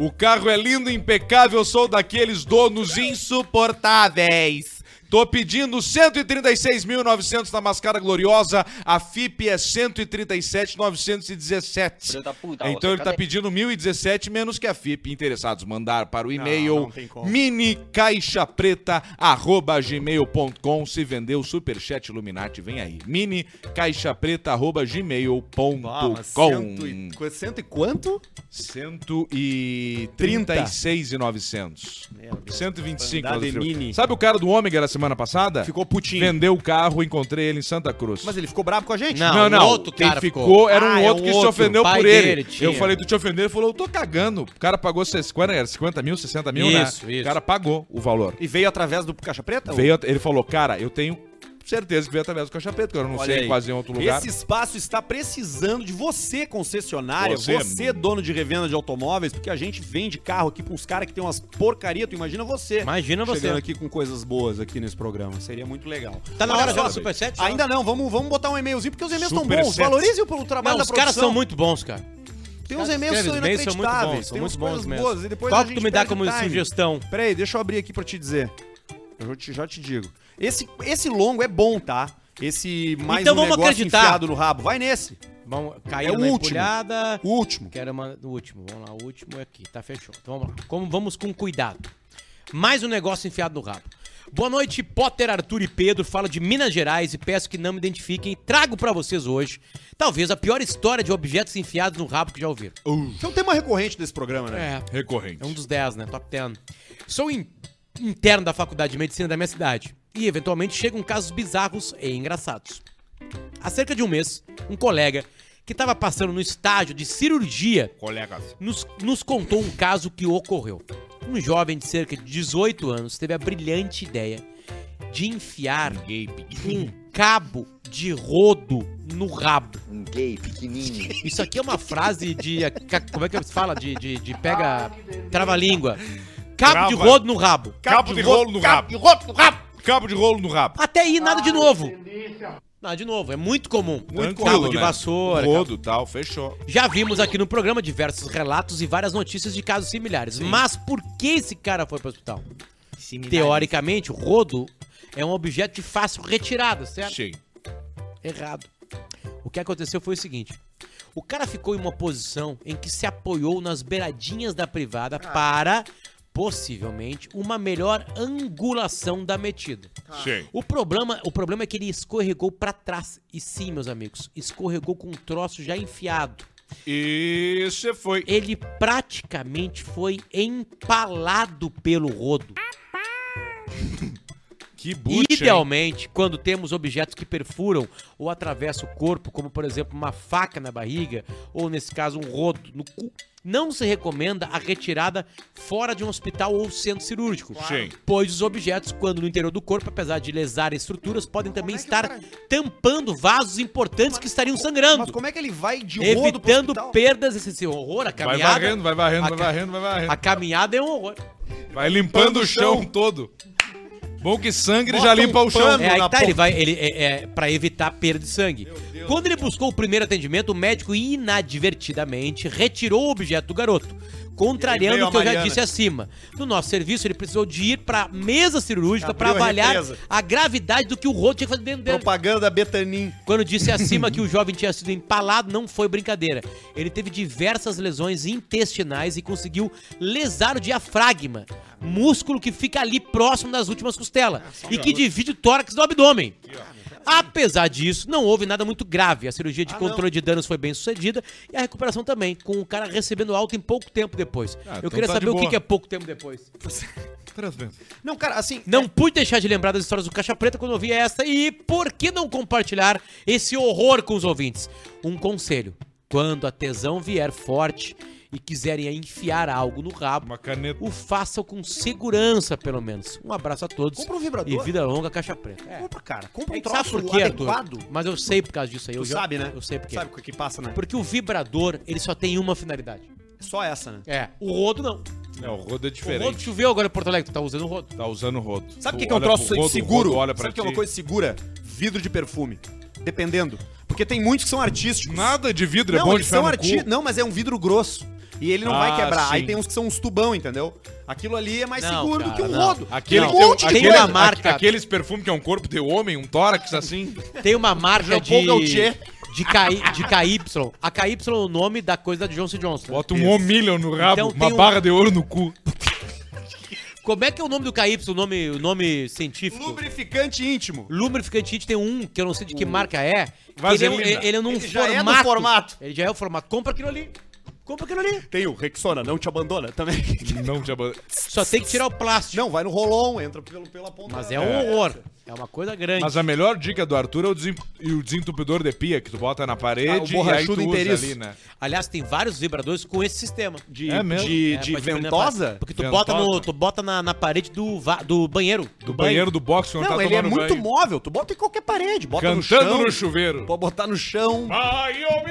O carro é lindo, impecável, sou daqueles donos insuportáveis. Tô pedindo 136.900 na Mascara Gloriosa, a FIP é 137.917. Filho da puta, então ó, ele tá cadê? pedindo 1.017 menos que a FIP. Interessados, mandar para o Não, e-mail não tem como. minicaixapreta.gmail.com se vendeu superchat Illuminati, vem aí. Ah, mas minicaixapreta.gmail.com cento e, qu- cento e quanto? 136,900. Meu Deus. 125. Andar mas de eu- mini. Sabe o cara do Ômega da semana passada? Ficou putinho. Vendeu o carro, encontrei ele em Santa Cruz. Mas ele ficou bravo com a gente? Não. Não, não. um outro Quem cara ficou, ficou. era Ah, um é outro que se outro. ofendeu O pai por ele. dele tinha. Eu falei, tu te ofendeu? Ele falou, eu tô cagando. O cara pagou 50, era 50 mil, 60 mil, né? Isso, isso. O cara pagou o valor. E veio através do Caixa Preta? Veio, ele falou, cara, eu tenho certeza que veio através do Caixa Preta, que eu não Olha sei aí. quase em outro lugar. Esse espaço está precisando de você, concessionária, Você. é você, dono de revenda de automóveis, porque a gente vende carro aqui pra uns caras que tem umas porcaria, tu imagina você. Imagina você. Chegando aqui com coisas boas aqui nesse programa, seria muito legal. Tá na Olha hora já só, do Superchat? já? Ainda não, vamos, vamos botar um e-mailzinho, porque os e-mails estão Super bons, set. valorize o o trabalho Não, da os caras produção. são muito bons, cara. Tem Tem uns e-mails que são Escreve, os e-mails são muito inacreditáveis. bons, são tem muito umas bons coisas mesmo. boas. E depois Qual a que tu gente me dá perde como o time. sugestão? Peraí, deixa eu abrir aqui pra te dizer. Eu já te, já te digo. Esse, esse longo é bom, tá? Esse mais Então um vamos negócio acreditar. enfiado no rabo. Vai nesse. Vamos, É caiu o na último. empolhada. O último. Quero uma, o último. Vamos lá, o último é aqui. Tá, fechou. Então vamos lá. Como, vamos com cuidado. Mais um negócio enfiado no rabo. Boa noite, Potter, Arthur e Pedro. Falo de Minas Gerais e peço que não me identifiquem. Trago pra vocês hoje, talvez, a pior história de objetos enfiados no rabo que já ouviram. Então tem uma recorrente desse programa, né? É, Recorrente. é um dos 10, né? Top 10. Sou in- interno da Faculdade de Medicina da minha cidade. E, eventualmente, chegam casos bizarros e engraçados. Há cerca de um mês, um colega que estava passando no estágio de cirurgia Colegas. nos, nos contou um caso que ocorreu. Um jovem de cerca de 18 anos teve a brilhante ideia de enfiar um cabo de rodo no rabo. Um gay pequenininho. Isso aqui é uma frase de. ca- Como é que se fala? De, de, de pega. Trava-língua. Cabo Trava. de rodo no rabo. Cabo de rolo no rabo. De rodo no rabo. Cabo de rolo no rabo. Até aí, nada de novo. Nada de novo, é muito comum. Muito Cabo de vassoura. cabo- né? Rodo, tal, fechou. Já vimos aqui no programa diversos relatos e várias notícias de casos similares. Mas por que esse cara foi pro hospital? Teoricamente, o rodo é um objeto de fácil retirada, certo? Sim. Errado. O que aconteceu foi o seguinte: o cara ficou em uma posição em que se apoiou nas beiradinhas da privada para, possivelmente, uma melhor angulação da metida. Sim. O problema, o problema é que ele escorregou pra trás. E sim, meus amigos, escorregou com um troço já enfiado. E você é foi. Ele praticamente foi empalado pelo rodo. Que bucha, hein? Idealmente, quando temos objetos que perfuram ou atravessam o corpo, como por exemplo uma faca na barriga, ou nesse caso um rodo no cu, não se recomenda a retirada fora de um hospital ou centro cirúrgico. Sim. Pois os objetos, quando no interior do corpo, apesar de lesar estruturas, podem é também estar tampando vasos importantes que estariam Mas sangrando, como é que ele vai de rodo pro evitando hospital? perdas. Esse, esse horror, a Vai caminhada. varrendo, né? vai varrendo, a vai ca- varrendo, vai varrendo. A caminhada é um horror. Vai limpando o chão todo. Bom que sangue ele já Bota um limpa o chão. pano É, aí na que tá, ponta. ele vai, ele, é, é, pra evitar perda de sangue. Quando ele buscou o primeiro atendimento, o médico inadvertidamente retirou o objeto do garoto, Ele veio contrariando a o que eu já Mariana. disse acima. No nosso serviço, ele precisou de ir pra mesa cirúrgica pra Abriu a avaliar represa. a gravidade do que o rosto tinha que fazer dentro dele. Propaganda da Betanin. Quando disse acima que o jovem tinha sido empalado, não foi brincadeira. Ele teve diversas lesões intestinais e conseguiu lesar o diafragma, músculo que fica ali próximo das últimas costelas Ah, e que divide o tórax do abdômen. Apesar disso, não houve nada muito grave. A cirurgia Ah, de controle de danos foi bem sucedida e a recuperação também, com o cara recebendo alta em pouco tempo depois. Ah, Eu então queria tá de saber o que boa. que é pouco tempo depois. Não, cara, assim. Não pude deixar de lembrar das histórias do Caixa Preta quando ouvi essa e por que não compartilhar esse horror com os ouvintes? Um conselho: quando a tesão vier forte e quiserem enfiar algo no rabo, Uma caneta. o façam com segurança, pelo menos. Um abraço a todos. Compra um vibrador. E vida longa, Caixa Preta. É. Compra, cara. Compra um É que troço sabe por quê, Arthur? adequado. Mas eu sei por causa disso aí. Tu eu já- sabe, né? Eu sei por quê. Sabe o que que passa, né? Porque o vibrador, ele só tem uma finalidade. Só essa, né? É. O rodo não. É, o rodo é O rodo diferente. choveu agora em Porto Alegre, tu tá usando o rodo. Tá usando o rodo. Sabe o que, Tu que é um olha troço pro rodo, o seguro? rodo olha pra Sabe o que é uma ti. coisa segura? Vidro de perfume. Dependendo. Porque tem muitos que são artísticos. Nada de vidro, é não, bom de eles são ferro arti... Não, mas é um vidro grosso. E ele não vai Ah, quebrar. Aí sim. tem uns que são uns tubão, entendeu? Aquilo ali é mais Não, seguro cara, do que um não. rodo. Aquele Não, que tem, tem aquele, uma aque- marca. Aqueles perfumes que é um corpo de homem, um tórax assim. Tem uma marca Jean de. Paul Gaultier. De, KY, de KY. A KY é o nome da coisa da Johnson Johnson. Bota um homilhão no rabo, Então uma tem um- barra de ouro no cu. Como é que é o nome do KY, o nome, o nome científico? Lubrificante íntimo. Lubrificante tem um, que eu não sei de que marca é. que Vaselina. Ele, é um- ele é num Ele já é formato. no formato. Ele já é o formato. Compra aquilo ali. Compra aquilo ali. Tem o Rexona, não te abandona também. Não te abandona. Só tem que tirar o plástico. não, vai no rolon, entra pelo, pela ponta. Mas é um horror. É uma coisa grande. Mas a melhor dica do Arthur é o, desem- e o desentupidor de pia que tu bota na Ah, o parede e aí tu borrachudo usa inteiriço. ali, né? Aliás, tem vários vibradores com esse sistema. De, É mesmo? de, É, de pra te prender na ventosa? parede. Porque tu Ventosa. bota, no, tu bota na, na parede do, va- do banheiro. Do banheiro do boxe quando Não, tá ele é tomando muito banho. móvel. Tu bota em qualquer parede. Bota no Cantando chão. no chuveiro. Pode botar no chão. Vai, ô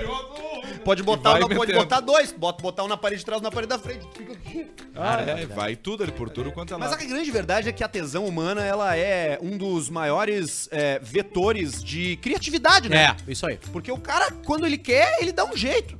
misterioso! Pode E botar, vai uma- pode metendo. botar dois. Bota, botar um na parede de trás, um na parede da frente. Fica aqui. Ah, é, vai tudo ali por tudo quanto é Mas a lá. grande verdade é que a tesão humana ela é um dos maiores é, vetores de criatividade, né? É, isso aí. Porque o cara, quando ele quer, ele dá um jeito.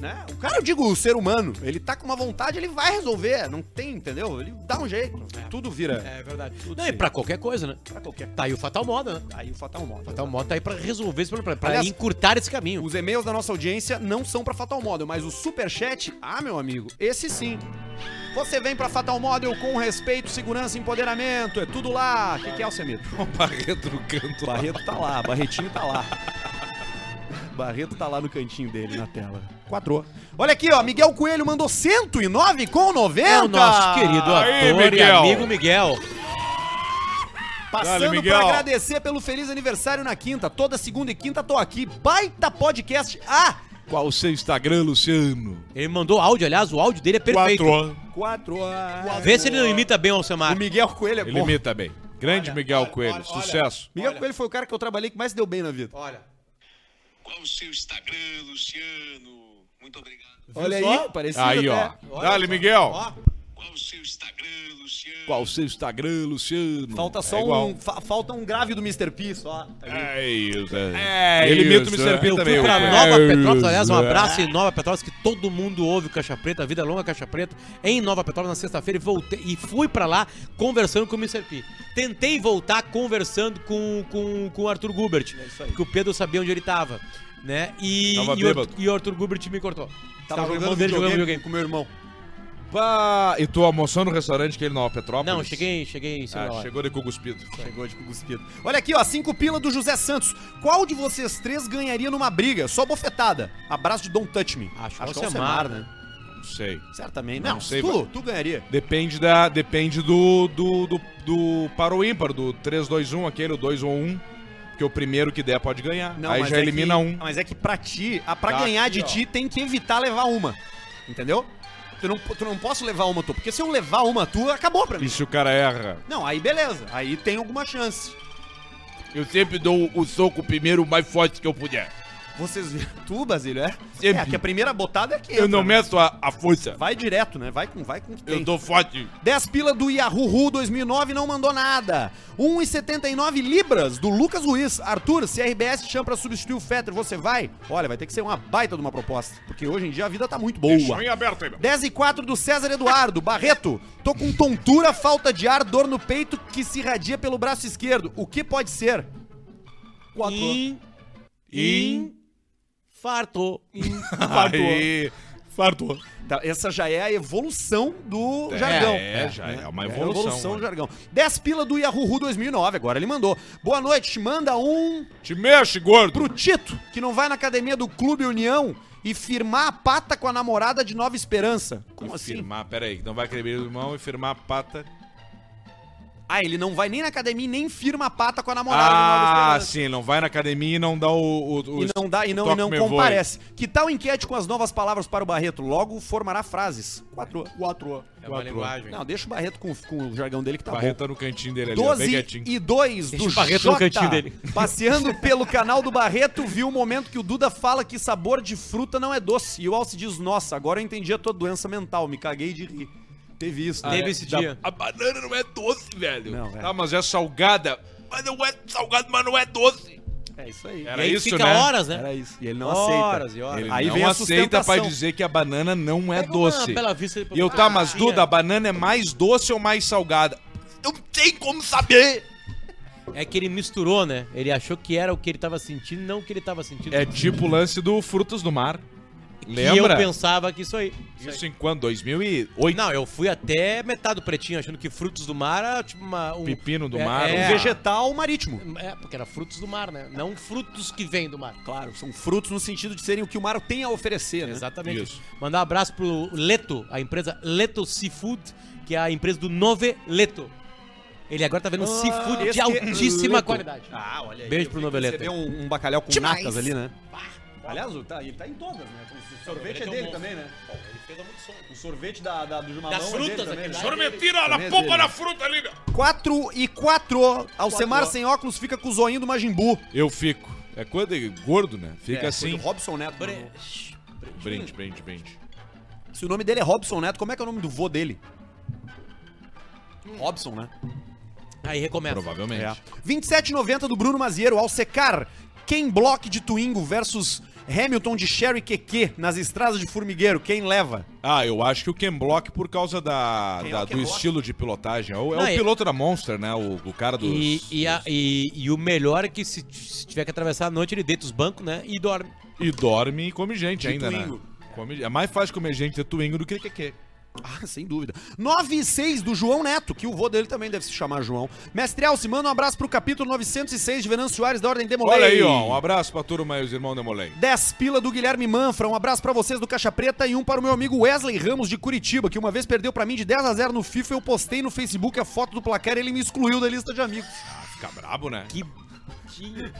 Né? O cara, eu digo, o ser humano, ele tá com uma vontade, ele vai resolver. Não tem, entendeu? Ele dá um jeito. Tudo vira. É verdade. Não, e pra qualquer coisa, né? Pra qualquer Tá aí o Fatal Moda, né? Aí o é um Fatal Moda. Fatal Moda tá aí pra resolver esse problema, pra Aliás, encurtar esse caminho. Os e-mails da nossa audiência não são pra Fatal Model, mas o Superchat, ah, meu amigo, esse sim. Você vem pra Fatal Model com respeito, segurança e empoderamento. É tudo lá. O que, que é, Alcemito? O Barreto no canto. lá. Barreto tá lá, Barretinho tá lá. Barreto tá lá no cantinho dele, na tela. Quadrou. Olha aqui, ó. Miguel Coelho mandou 109 com 90. É o nosso querido ator Aí, e Miguel. amigo Miguel. Passando Dale, Miguel. pra agradecer pelo feliz aniversário na quinta. Toda segunda e quinta tô aqui. Baita podcast. Ah! Qual o seu Instagram, Luciano? Ele mandou áudio, aliás, o áudio dele é perfeito. anos. Quatro horas. Vê se ele não imita bem o O Alcemar. Miguel Coelho é Ele bom. imita bem. Grande Miguel Coelho, olha, sucesso. Miguel Olha. Coelho foi o cara que eu trabalhei que mais deu bem na vida. Olha. Qual o seu Instagram, Luciano? Muito obrigado. Olha só? aí, parecido Aí, ó. até. Dale, Miguel. Ó, Qual o seu Instagram, Luciano? Qual o seu Instagram, Luciano? Falta só É igual. um. fa- falta um grave do Mr. P só. Tá ligado? É isso. É Ele imita isso, o Mr. P eu também. fui pra o- Nova É Petrópolis, aliás, um isso, abraço em Nova Petrópolis, que todo mundo ouve o Caixa Preta, Vida Longa Caixa Preta, em Nova Petrópolis na sexta-feira e voltei e fui pra lá conversando com o Mr. P. Tentei voltar conversando com, com, com o Arthur Gubert, É porque o Pedro sabia onde ele tava, né? E, Tava e, o, bêbado. Arthur- e o Arthur Gubert me cortou. Tava o irmão Tá jogando dele videogame videogame. com meu irmão. Pá, E tu almoçou no restaurante que ele na Nova Petrópolis? Não, cheguei, cheguei, sei lá. Ah, chegou de cu cuspido. Chegou de cuspido. Olha aqui, ó. Cinco pila do José Santos. Qual de vocês três ganharia numa briga? Só bofetada. Abraço de Don't Touch Me. Acho Ah, que que é o Alcemar, Alcemar, né? Não sei. Certamente. Não, Não sei, tu, tu ganharia. Depende da. Depende do. do, do, do para o ímpar, do 3-2-1, aquele, o 2 ou 1. Porque o primeiro que der pode ganhar. Não, Aí mas já é elimina que- um. Mas é que pra ti, a, pra Tá ganhar aqui, de ó. ti, tem que evitar levar uma. Entendeu? Tu não, tu não posso levar uma tua, porque se eu levar uma tua, acabou pra mim. E se o cara erra? Não, aí beleza. Aí tem alguma chance. Eu sempre dou o soco primeiro mais forte que eu puder. Vocês viram. Tu, Basílio, é? Sempre. É, que a primeira botada é que Eu entra, não né? meço a, a força. Vai direto, né? Vai com, vai com o que Eu tem. dou forte. 10 pila do Yahoo 2009 não mandou nada. 1,79 libras do Lucas Ruiz. Arthur, se a RBS te chama pra substituir o Fetter, você vai? Olha, vai ter que ser uma baita de uma proposta, porque hoje em dia a vida tá muito boa. Deixou em aberto aí, meu. 10 e 4 do César Eduardo. Barreto, tô com tontura, falta de ar, dor no peito que se irradia pelo braço esquerdo. O que pode ser? Quatro. In, In- Farto. Aí. Fartou. Tá, essa já é a evolução do É, jargão. é, já é uma evolução, evolução do né? jargão. 10 pila do Yahoo 2009, agora ele mandou. Boa noite, manda um Te mexe, gordo. pro Tito, que não vai na academia do Clube União e firmar a pata com a namorada de Nova Esperança. Como E assim? Firmar, peraí, que não vai querer o irmão e firmar a pata. Ah, ele não vai nem na academia e nem firma a pata com a namorada de Nova Ah, Esperança. sim, não vai na academia e não dá o. o- o- E não Tá dá e não, e toque não meu voo. comparece. Que tal enquete com as novas palavras para o Barreto? Logo formará frases. Quatro. Quatro. É uma linguagem. Não, deixa o Barreto com, com o jargão dele que tá bom. Barreto tá no cantinho dele ali, ó, bem 12 quietinho. e 2 Deixa do o Barreto Jota. no cantinho dele. Passeando pelo canal do Barreto, viu o momento que o Duda fala que sabor de fruta não é doce. E o Alce diz: Nossa, agora eu entendi a tua doença mental. Me caguei de rir. Teve isso, né? Teve esse Da- dia. A banana não é doce, velho. Não, é. Tá, mas é salgada. Mas não é salgada, mas não é doce. É isso aí. Era E aí isso, fica né? horas, né? Era isso. E ele não horas aceita. e horas. Ele Aí não vem a aceita pra sustentação. dizer que a banana não é Pega uma doce. Bela Vista E eu, tá, mas Duda, a banana é mais doce ou mais salgada? Não tem como saber. É que ele misturou, né? Ele achou que era o que ele tava sentindo, não o que ele tava sentindo. É tipo o lance do Frutos do Mar. E eu Lembra? pensava que isso aí. Isso Isso em quando? 2008? aí. Não, eu fui até metade do pretinho, achando que frutos do mar era tipo uma. Um, Pepino do é- mar, um- É, Um vegetal marítimo. é, porque era frutos do mar, né? Não frutos que vêm do mar. Claro, são frutos no sentido de serem o que o mar tem a oferecer, né? Exatamente. Isso. Mandar um abraço pro Leto, a empresa Leto Seafood, que é a empresa do Noveleto. Ele agora tá Ah, vendo seafood Esse de é altíssima Leto. qualidade. Ah, olha aí. Beijo Eu vi pro que Noveleto. Você deu um, um bacalhau com Demais. natas ali, né? Aliás, o- tá, ele tá em todas, né? O sorvete é um dele também, né? Ele fez muito som. O sorvete da, da, do Jumalão Das é dele frutas, também, aquele né? Sorveteira na Também é polpa dele. na fruta ali, meu. 4 e 4. Alcemar sem óculos fica com o zoinho do Majin Buu. Eu fico. É quando é gordo, né? Fica É, né? assim. foi do Robson Neto. Bre- Brinde, brinde, brinde. Se o nome dele é Robson Neto, como é que é o nome do vô dele? Hum. Robson, né? Aí recomeça. Provavelmente. É. 27,90 do Bruno Mazieiro ao secar. Ken Block de Twingo versus Hamilton de Sherry Keke nas estradas de formigueiro. Quem leva? Ah, eu acho que o Ken Block, por causa da, da- do estilo de pilotagem. É o, é Não, o e- piloto da Monster, né? O, o cara dos. E, e, a- e- e o melhor é que se, se tiver que atravessar a noite, ele deita os bancos, né? E dorme. E dorme e come gente ainda, Twingo. né? Come- é mais fácil comer gente de Twingo do que que Ah, sem dúvida. 9 e 6 do João Neto, que o vô dele também deve se chamar João. Mestre Alce, manda um abraço pro capítulo 906 de Venâncio Soares da Ordem Demolei. Olha aí, ó. Um abraço pra turma e os irmãos Demolei. 10 pila do Guilherme Manfra. Um abraço pra vocês do Caixa Preta e um para o meu amigo Wesley Ramos de Curitiba, que uma vez perdeu pra mim de 10 a 0 no FIFA. Eu postei no Facebook a foto do placar e ele me excluiu da lista de amigos. Fica brabo, né? Que. que-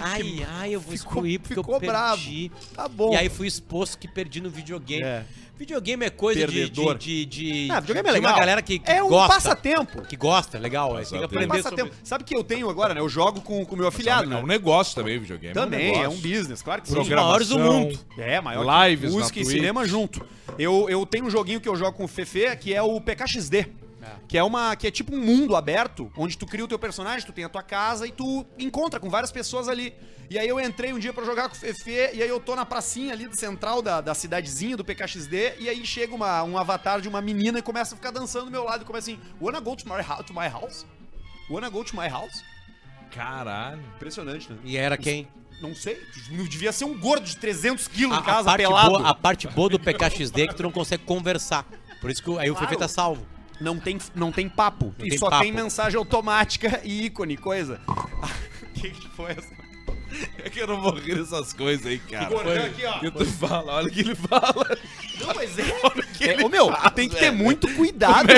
Ai, ai, eu vou excluir porque ficou eu perdi. bravo. Tá bom. E aí fui exposto que perdi no videogame. É. Videogame é coisa de, de, Perdedor. de, de- Ah, videogame é de legal. uma galera que, que É um gosta. passatempo. Que gosta, legal. aí Tem que Passatempo. aprender Passa sobre... tempo. Sabe que eu tenho agora, né? Eu jogo com o meu É afilhado, um, é um né? negócio também, videogame. Também, é um negócio. business, claro que sim. Programa- maiores do mundo. É, maior Lives que na música e Twitch. cinema junto. Eu, eu tenho um joguinho que eu jogo com o Fefe, que é o PKXD. Que é uma. Que é tipo um mundo aberto, onde tu cria o teu personagem, tu tem a tua casa e tu encontra com várias pessoas ali. E aí eu entrei um dia pra jogar com o Fefe, e aí eu tô na pracinha ali do central da, da cidadezinha do PKXD, e aí chega uma, um avatar de uma menina e começa a ficar dançando do meu lado e começa assim: Wanna go to my, hou- to my house? Wanna go to my house? Caralho. Impressionante, né? E era quem? Não sei, não devia ser um gordo de 300 quilos A, em a casa, parte pelado. boa, a parte boa do PKXD é que tu não consegue conversar. Por isso que o- aí o Fefe Claro. tá salvo. Não tem, não tem papo. Não e tem só papo. tem mensagem automática e ícone, coisa. O que, que foi essa? É que eu não vou rir dessas coisas aí, cara. Gordão aqui, ó. Que tu fala, olha o que ele fala. Não, mas é. é ô, meu, tem que ter muito é cuidado.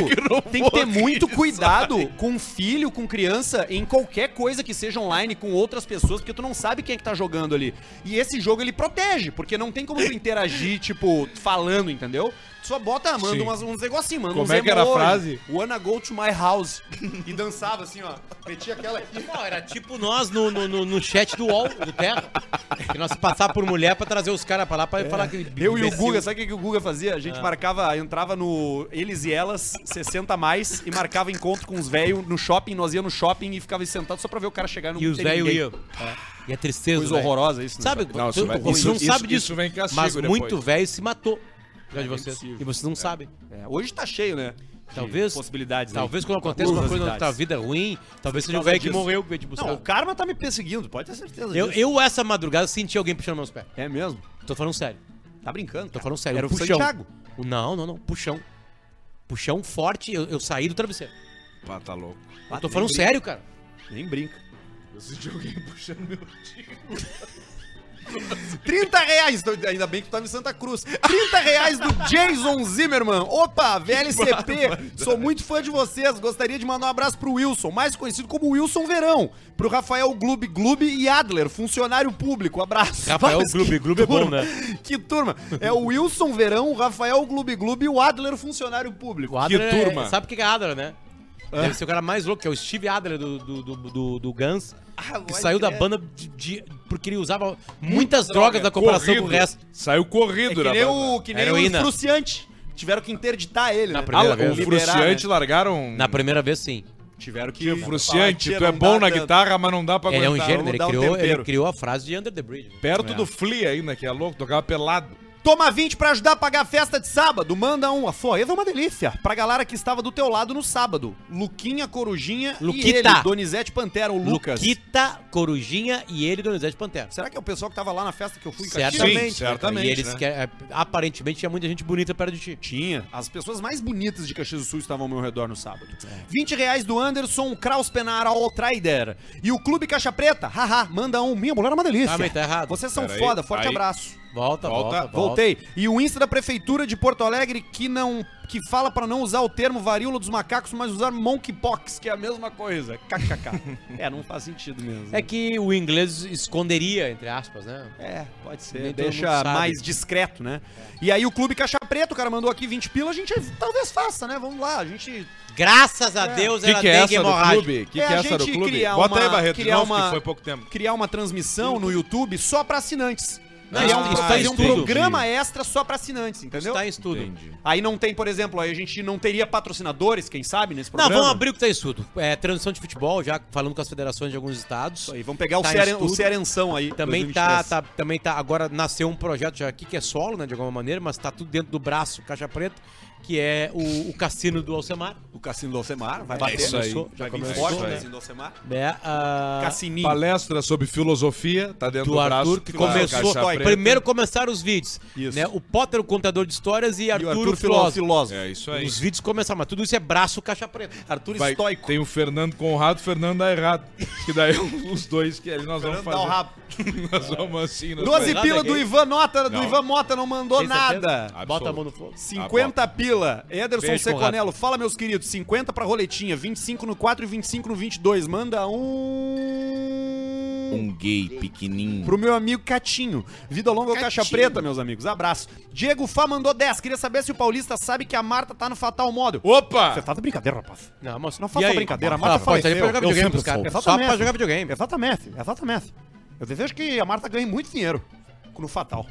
tem que ter muito cuidado com filho, com criança, em qualquer coisa que seja online com outras pessoas, porque tu não sabe quem é que tá jogando ali. E esse jogo ele protege, porque não tem como tu interagir, tipo, falando, entendeu? Tu Só bota, manda Sim. umas, uns negocinhos, manda Como uns é que era a emojis. frase? Wanna go to my house. E dançava assim, ó. Metia aquela aqui. Não, era tipo nós no, no, no, no chat do UOL, do Terra. Que nós passar por mulher pra trazer os caras pra lá pra falar que. É. Eu e o imbecil. Ah. Guga, sabe o que que o Guga fazia? A gente marcava, entrava no eles e elas, 60 a mais, e marcava encontro com os velhos no shopping, nós ia no shopping e ficava sentado só pra ver o cara chegar no E os velhos iam. E a tristeza. É. Coisa velho. horrorosa isso, né? Sabe? Não, tu, isso vai- você isso- não isso- sabe disso. isso vem castigo mas depois. muito velho se matou. Já de vocês. E vocês não sabem. É, hoje tá cheio, né? Talvez. Possibilidades. né? Talvez quando acontece uma coisa na tua Possibilidades. vida ruim, talvez seja um causa velho que disso. morreu que veio te buscar. Não, o karma tá me perseguindo, pode ter certeza eu, disso. eu, essa madrugada, senti alguém puxando meus pés. É mesmo? Tô falando sério. Tá brincando. Tô cara. falando sério. Era um o puxão. Santiago. Um- Não, não, não. Puxão. Puxão forte. Eu, eu saí do travesseiro. Pá, tá louco. Eu tô falando sério, cara. Nem brinca. Eu senti alguém puxando meu tio. 30 reais, do- ainda bem que tu tava em Santa Cruz. 30 reais do Jason Zimmerman. Opa, VLCP, sou muito fã de vocês. Gostaria de mandar um abraço pro Wilson, mais conhecido como Wilson Verão. Pro Rafael Gloob Gloob e Adler, funcionário público. Abraço. Rafael Mas que Gloob Gloob é bom, turma. né? Que turma. É o Wilson Verão, o Rafael Gloob Gloob e o Adler, funcionário público. O Adler é- turma. sabe o que que é Adler, né? Deve ser o cara mais louco, que é o Steve Adler do, do, do, do- do Guns. Ah, Tá que saiu é da banda de, de- porque ele usava muitas Hum, drogas na comparação com o resto. Saiu É corrido, que né? nem o, que nem Heroína. o Fruciante. Tiveram que interditar ele, Na né? primeira Ah, vez. o Liberar, Fruciante né? largaram. Na primeira vez, sim. Tiveram que... um Que Fruciante, tu é Não bom na dá tanto. guitarra, mas não dá pra Ele é um aguentar. gênero, vamos ele dar um criou, ele tempero. criou a frase de Under the Bridge. né? Perto do Flea ainda, que é louco, tocava pelado. Toma 20 pra ajudar a pagar a festa de sábado. Manda um. A foeva é uma delícia. Pra galera que estava do teu lado no sábado. Luquinha, Corujinha e Luquita. ele, Donizete Pantera, o Lucas. Luquita, Corujinha e ele, Donizete Pantera. Será que é o pessoal que tava lá na festa que eu fui em Caxias? Certamente. Sim, certamente, E eles né? que- é, aparentemente tinha muita gente bonita perto de ti. Tinha. As pessoas mais bonitas de Caxias do Sul estavam ao meu redor no sábado. É. 20 reais do Anderson Kraus Penara All Trader. E o Clube Caixa Preta. Haha, manda um. Minha mulher é uma delícia. Ah, mas tá errado. Vocês são Pera aí, foda. Forte aí. abraço. Volta, volta, Volta, volta. Voltei. E o Insta da Prefeitura de Porto Alegre que não que fala pra não usar o termo varíola dos macacos, mas usar monkeypox, que é a mesma coisa. KKK. é, não faz sentido mesmo. É que o inglês esconderia, entre aspas, né? É, pode ser. Nem todo mundo Deixa sabe. mais discreto, né? E aí o Clube Caixa Preta, o cara mandou aqui 20 pila, a gente talvez faça, né? Vamos lá, a gente... Graças a Deus O que, ela que é tem essa do clube? O que, É, que a é essa do gente clube? criar Bota uma- aí, Barreto, de criar novo, uma- que foi pouco tempo. Criar uma transmissão no YouTube só pra assinantes. Não, e é um, fazer um programa extra só pra assinantes, entendeu? Está Tá em estudo. Aí não tem, por exemplo, aí a gente não teria patrocinadores, quem sabe, nesse Não, programa. vamos abrir o que está em estudo. É, transição de futebol, já falando com as federações de alguns estados. Isso aí, vamos pegar o Cearen- o Cearenção aí, Também tá, 2023. tá- também tá, agora nasceu um projeto já aqui que é solo, né, de alguma maneira, mas tá tudo dentro do braço, caixa preta, que é o, o cassino do Alcemar. O cassino do Alcemar, vai É, bater. isso aí. Já Vai vir começou, forte, né? né? Cassino do Alcemar. É, a- Cassininho. Palestra sobre filosofia, tá dentro do, do braço. Arthur, que Claro, começou. caixa preta. Primeiro começaram os vídeos. Né? O Potter, o contador de histórias, e, Arthur, Arthur o filósofo. filósofo. É isso aí. Os vídeos começaram, mas tudo isso é braço caixa preta. Arthur Vai- Tem o Fernando Conrado e o Fernando Errado. Que daí os dois que ali nós vamos Fernando dá o fazer. rabo. nós vamos assim. nós 12 vamos- pila do Ivan Nota, do Não. Ivan Mota não mandou Tem certeza? nada. Bota a mão no fogo. 50 pila. Ederson Tá Beijo, Seconello, fala meus queridos, 50 pra roletinha, 25 no 4 e 25 no 22. Manda um Um gay pequenininho. pro meu amigo Catinho. Vida longa ou caixa preta, meus amigos. Abraço. Diego Fá mandou 10. Queria saber se o Paulista sabe que a Marta tá no fatal modo. Opa! Você tá de brincadeira, rapaz. Não, mas Não faça brincadeira, a Marta ah, pode sair pra faleceu. jogar Eu videogame sempre pros caras. sou. Só pra Exatamente. jogar videogame. Exatamente, exatamente. Eu desejo que a Marta ganhe muito dinheiro no fatal.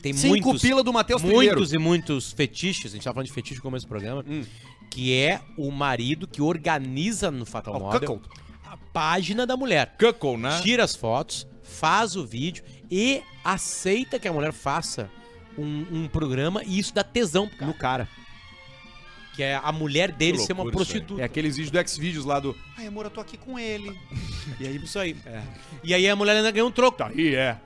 Tem Cinco muitos, pila do Matheus Muitos e muitos fetiches, a gente tava falando de fetiche no começo do programa, Hum. que é o marido que organiza no Fatal o Model cuckold. a página da mulher. Cuckle, né? Tira as fotos, faz o vídeo e aceita que a mulher faça um, um programa e isso dá tesão pro cara. No cara. Que é a mulher dele Que ser uma loucura isso aí. prostituta. É aqueles vídeos do X-Videos lá do. Ai, amor, eu tô aqui com ele. E É aí, isso aí. É. E aí a mulher ainda ganha um troco. tipo Tá aí, é.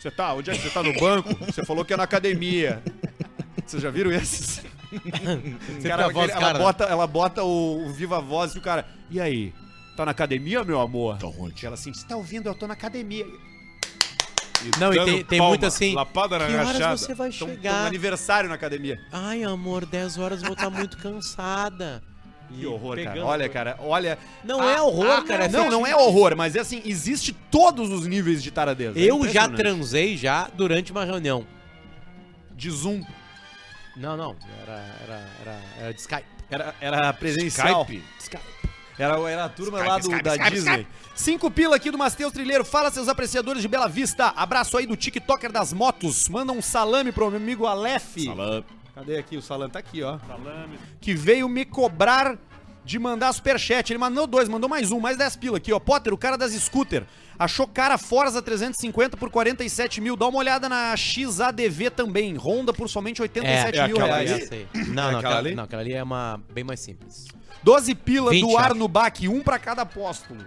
Você tá? Onde é que você tá no banco? Você falou que é na academia. Vocês já viram esses? Sempre Cara, a voz, aquele- Ela cara. bota, ela bota o, o Viva Voz e o cara. E aí? Tá na academia, meu amor? Tá onde? Ela assim, você tá ouvindo? Eu tô na academia. Então, Não, e dando tem, tem palma, muito assim. Lapada na que horas rachada. você vai Então, chegar? então aniversário na academia. Ai, amor, 10 horas eu vou estar muito cansada. Que horror, cara. pegando- Olha, cara, olha. Ah, Não é horror, cara, é não, fetiche. não é horror, mas é assim, existe todos os níveis de taradeza. É Eu já impressionante. transei já durante uma reunião. De zoom. Não, não. Era, era, era, É, era de Skype. Era, era presencial. Skype? Era, era a turma lá do, da Disney. Cinco pila aqui do Matheus Trilheiro. Fala, seus apreciadores de Bela Vista. Abraço aí do TikToker das motos. Manda um salame pro meu amigo Aleph. Salame. Cadê aqui o salame? Tá aqui, ó. Salame. Que veio me cobrar de mandar superchat. Ele mandou dois, mandou mais um, mais 10 pila aqui, ó. Potter, o cara das scooter. Achou cara Forza 350 por 47 mil. Dá uma olhada na XADV também. Ronda por somente 87 é mil aquela reais. ali? Essa aí. Não, não, aquela aquela, ali? não, aquela ali é uma bem mais simples. 12 pila 20, do ar acho. no baque, um pra cada apóstolo.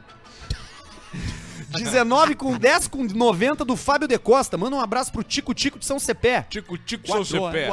19 com 10 com 90 do Fábio De Costa. Manda um abraço pro Tico Tico de São Cepé. Tico, tico, seu CP.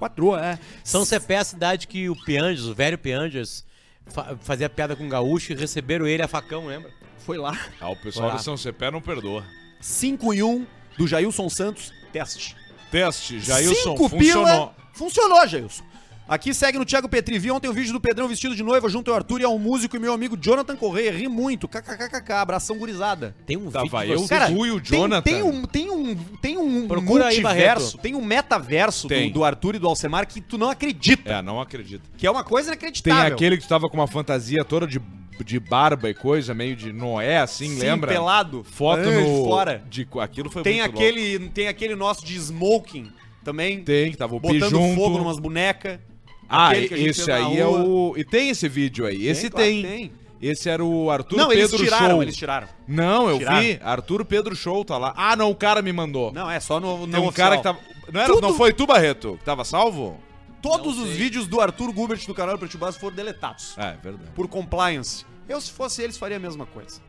Quatro, é. São Cepé é a cidade que o Pianges, o velho Pianges, fa- fazia piada com o gaúcho e receberam ele a facão, lembra? Foi lá. Ah, o pessoal Olá. do São CP não perdoa. 5 e 1 do Jailson Santos. Teste. Teste, Jailson, Cinco funcionou. pila. Funcionou, Jailson. Aqui segue no Thiago Petri. Vi ontem o vídeo do Pedrão vestido de noiva junto ao Arthur e ao músico e meu amigo Jonathan Correia. Ri muito. KKKKK. Abração gurizada. Tem um Tava vídeo de eu, vocês- Cara, o Rui, o tem- Jonathan. Tem, um, tem um, tem um Procura aí, multiverso, Barreto. tem um metaverso do, Tem. do Arthur e do Alcemar que tu não acredita. É, não acredito. Que é uma coisa Tem inacreditável. aquele que tu tava com uma fantasia toda de, de barba e coisa, meio de Noé, assim, Sim, lembra? pelado. Foto Ai, no... fora. De, aquilo foi Tem muito louco. aquele, tem aquele nosso de smoking também, Tem, que tava o Pi botando junto. fogo numas bonecas. Ah, aquele que a gente fez esse na aí é rua. o... E tem esse vídeo aí. esse claro, tem. Esse era o Arthur Não, eles Pedro tiraram, Show. eles tiraram. Não, eu Tiraram. vi. Arthur Pedro Show tá lá. Ah, não, o cara me mandou. Não, é só no Tem não um oficial. cara que tava... Não, era, Tudo- não foi tu, Barreto, que tava salvo? Todos os vídeos do Arthur Gubert do canal do Preto Básico foram deletados. Ah, é verdade. por compliance. Eu, se fosse eles, faria a mesma coisa.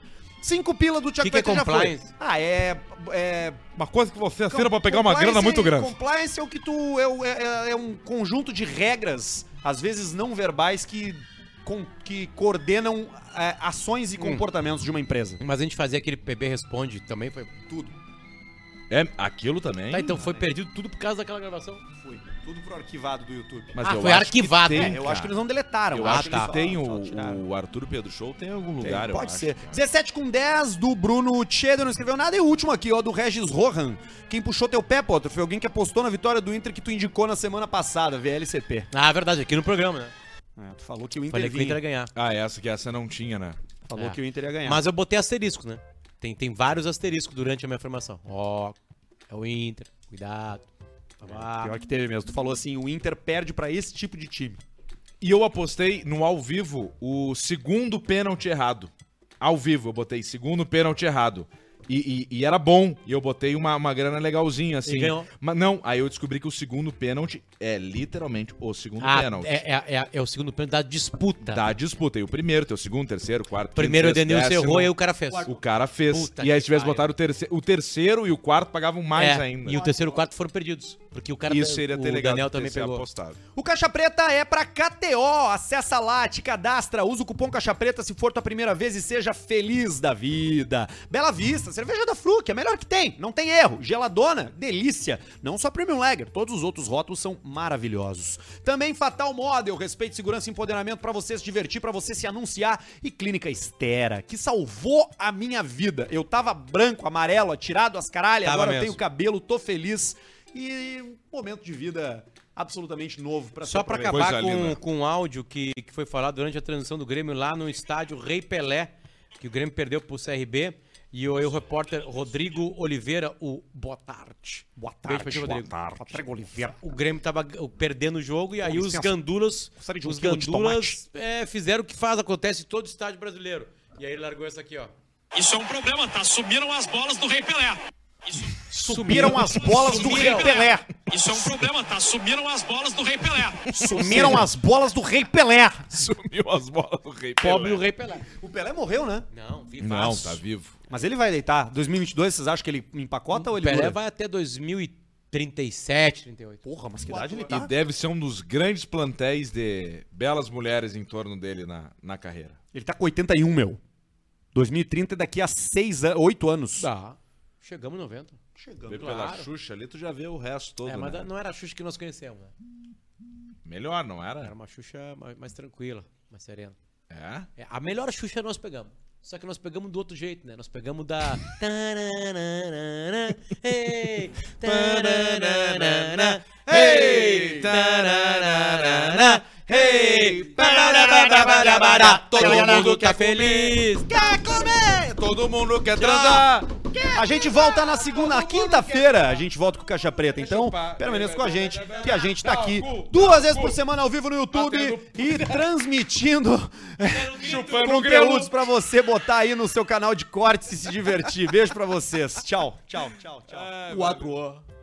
Cinco pila do Tiago Que que é Petri já foi. compliance? Ah, é. é Uma coisa que você com- assina pra pegar uma grana compliance muito é- grande. Compliance é o que tu. É, o- é- é- é um conjunto de regras, às vezes não verbais, que, com- que coordenam é, ações Hum. e comportamentos de uma empresa. Mas a gente fazia aquele PB Responde também, foi tudo. É, aquilo também. Tá, então foi perdido tudo por causa daquela gravação. Foi. Tudo pro arquivado do YouTube. Mas ah, eu foi acho que arquivado. tem, é, eu acho que eles não deletaram. Eu eu acho eles que só- tem só tiraram. o, o Arthur Pedro Show, tem em algum Tem, lugar, eu É, pode acho, né? ser. cara. 17 com 10 do Bruno Tchedo, não escreveu nada. E o último aqui, ó, do Regis Rohan. Quem puxou teu pé, Potter, foi alguém que apostou na vitória do Inter que tu indicou na semana passada, VLCP. Ah, é verdade, aqui no programa, né? É, tu falou que o Inter, Falei que o vinha. Inter ia ganhar. Ah, essa que essa não tinha, né? Falou É. que o Inter ia ganhar. Mas eu botei asterisco, né? Tem, tem vários asteriscos durante a minha formação. Ó, É o Inter. Cuidado. É, Vá. Pior que teve mesmo. Tu falou assim, o Inter perde pra esse tipo de time. E eu apostei no ao vivo o segundo pênalti errado. Ao vivo, eu botei segundo pênalti errado. E, e- e era bom. E eu botei uma, uma grana legalzinha, assim. ganhou. Mas não, aí eu descobri que o segundo pênalti é literalmente o segundo Ah, um pênalti. é, é- é- é o segundo pênalti da disputa. Da disputa. E o primeiro, tem o segundo, terceiro, quarto, quinto, Primeiro o sexto, Edenilson décimo. errou e aí o cara fez. É, O cara fez. Puta e aí, que se tivesse pariu. botado o terceiro, o terceiro e o quarto pagavam mais É, ainda. E o terceiro e o quarto foram perdidos. Porque o cara Isso seria o até legal Daniel de também ter pegou. apostado. O Caixa Preta é pra KTO. Acessa lá, te cadastra, usa o cupom Caixa Preta se for tua primeira vez e seja feliz da vida. Bela Vista, cerveja da Fruc, é a melhor que tem, não tem erro. Geladona, delícia. Não só Premium Lager, todos os outros rótulos são maravilhosos. Também Fatal Model, respeito, segurança e empoderamento pra você se divertir, pra você se anunciar. E Clínica Estera, que salvou a minha vida. Eu tava branco, amarelo, atirado às caralhas, Tava agora eu mesmo. tenho cabelo, tô feliz. E um momento de vida absolutamente novo pra Só pra acabar. acabar Coisa com, linda. com o áudio que, que foi falado durante a transição do Grêmio lá no estádio Rei Pelé, que o Grêmio perdeu pro CRB. E o, e o repórter Rodrigo Oliveira, o Boa Tarde. Boa Beijo tarde, pra ti, Rodrigo. Boa tarde. Rodrigo Oliveira. O Grêmio tava g- perdendo o jogo e aí os licença. gandulas, Gostaria de um os quilo de gandulas é, fizeram o que faz, acontece em todo estádio brasileiro. E aí ele largou essa aqui, ó. Isso é um problema, tá? Sumiram as bolas do Rei Pelé. Sumiram as bolas do Rei Sumiram. Pelé. Isso é um problema, tá? Sumiram as bolas do Rei Pelé. Sumiram as bolas do Rei Pelé. Sumiu as bolas do rei Pobre Pelé. o Rei Pelé. O Pelé morreu, né? Não, vivaço. Não, tá vivo. Mas ele vai deitar. 2022, vocês acham que ele empacota ou O ele Pelé dura? vai até 2037, 38. Porra, mas que idade ele E tá? deve ser um dos grandes plantéis de belas mulheres em torno dele na, na carreira. Ele tá com 81, meu. 2030 é daqui a 6, 8 anos. Dá. Chegamos em 90. Vê Chegando Pela Claro. Xuxa ali, tu já vê o resto todo, é, mas né? não era a Xuxa que nós conhecemos, né? Melhor, não Era era? uma Xuxa mais, mais tranquila, mais serena. É? É, a melhor Xuxa nós pegamos. Só que nós pegamos do outro jeito, né? Nós pegamos da. Tananana, ei, tananana, ei, tananana, ei, barabarabarabara, Todo mundo tá feliz. Quer comer? Todo mundo quer transar! A gente volta na segunda, na quinta-feira. A gente volta com o Caixa Preta. Então, permaneça com a gente, que a gente tá aqui duas vezes por semana ao vivo no YouTube e transmitindo eh, conteúdos pra você botar aí no seu canal de cortes e se divertir. Beijo pra vocês. Tchau, tchau, tchau, tchau. Quatro.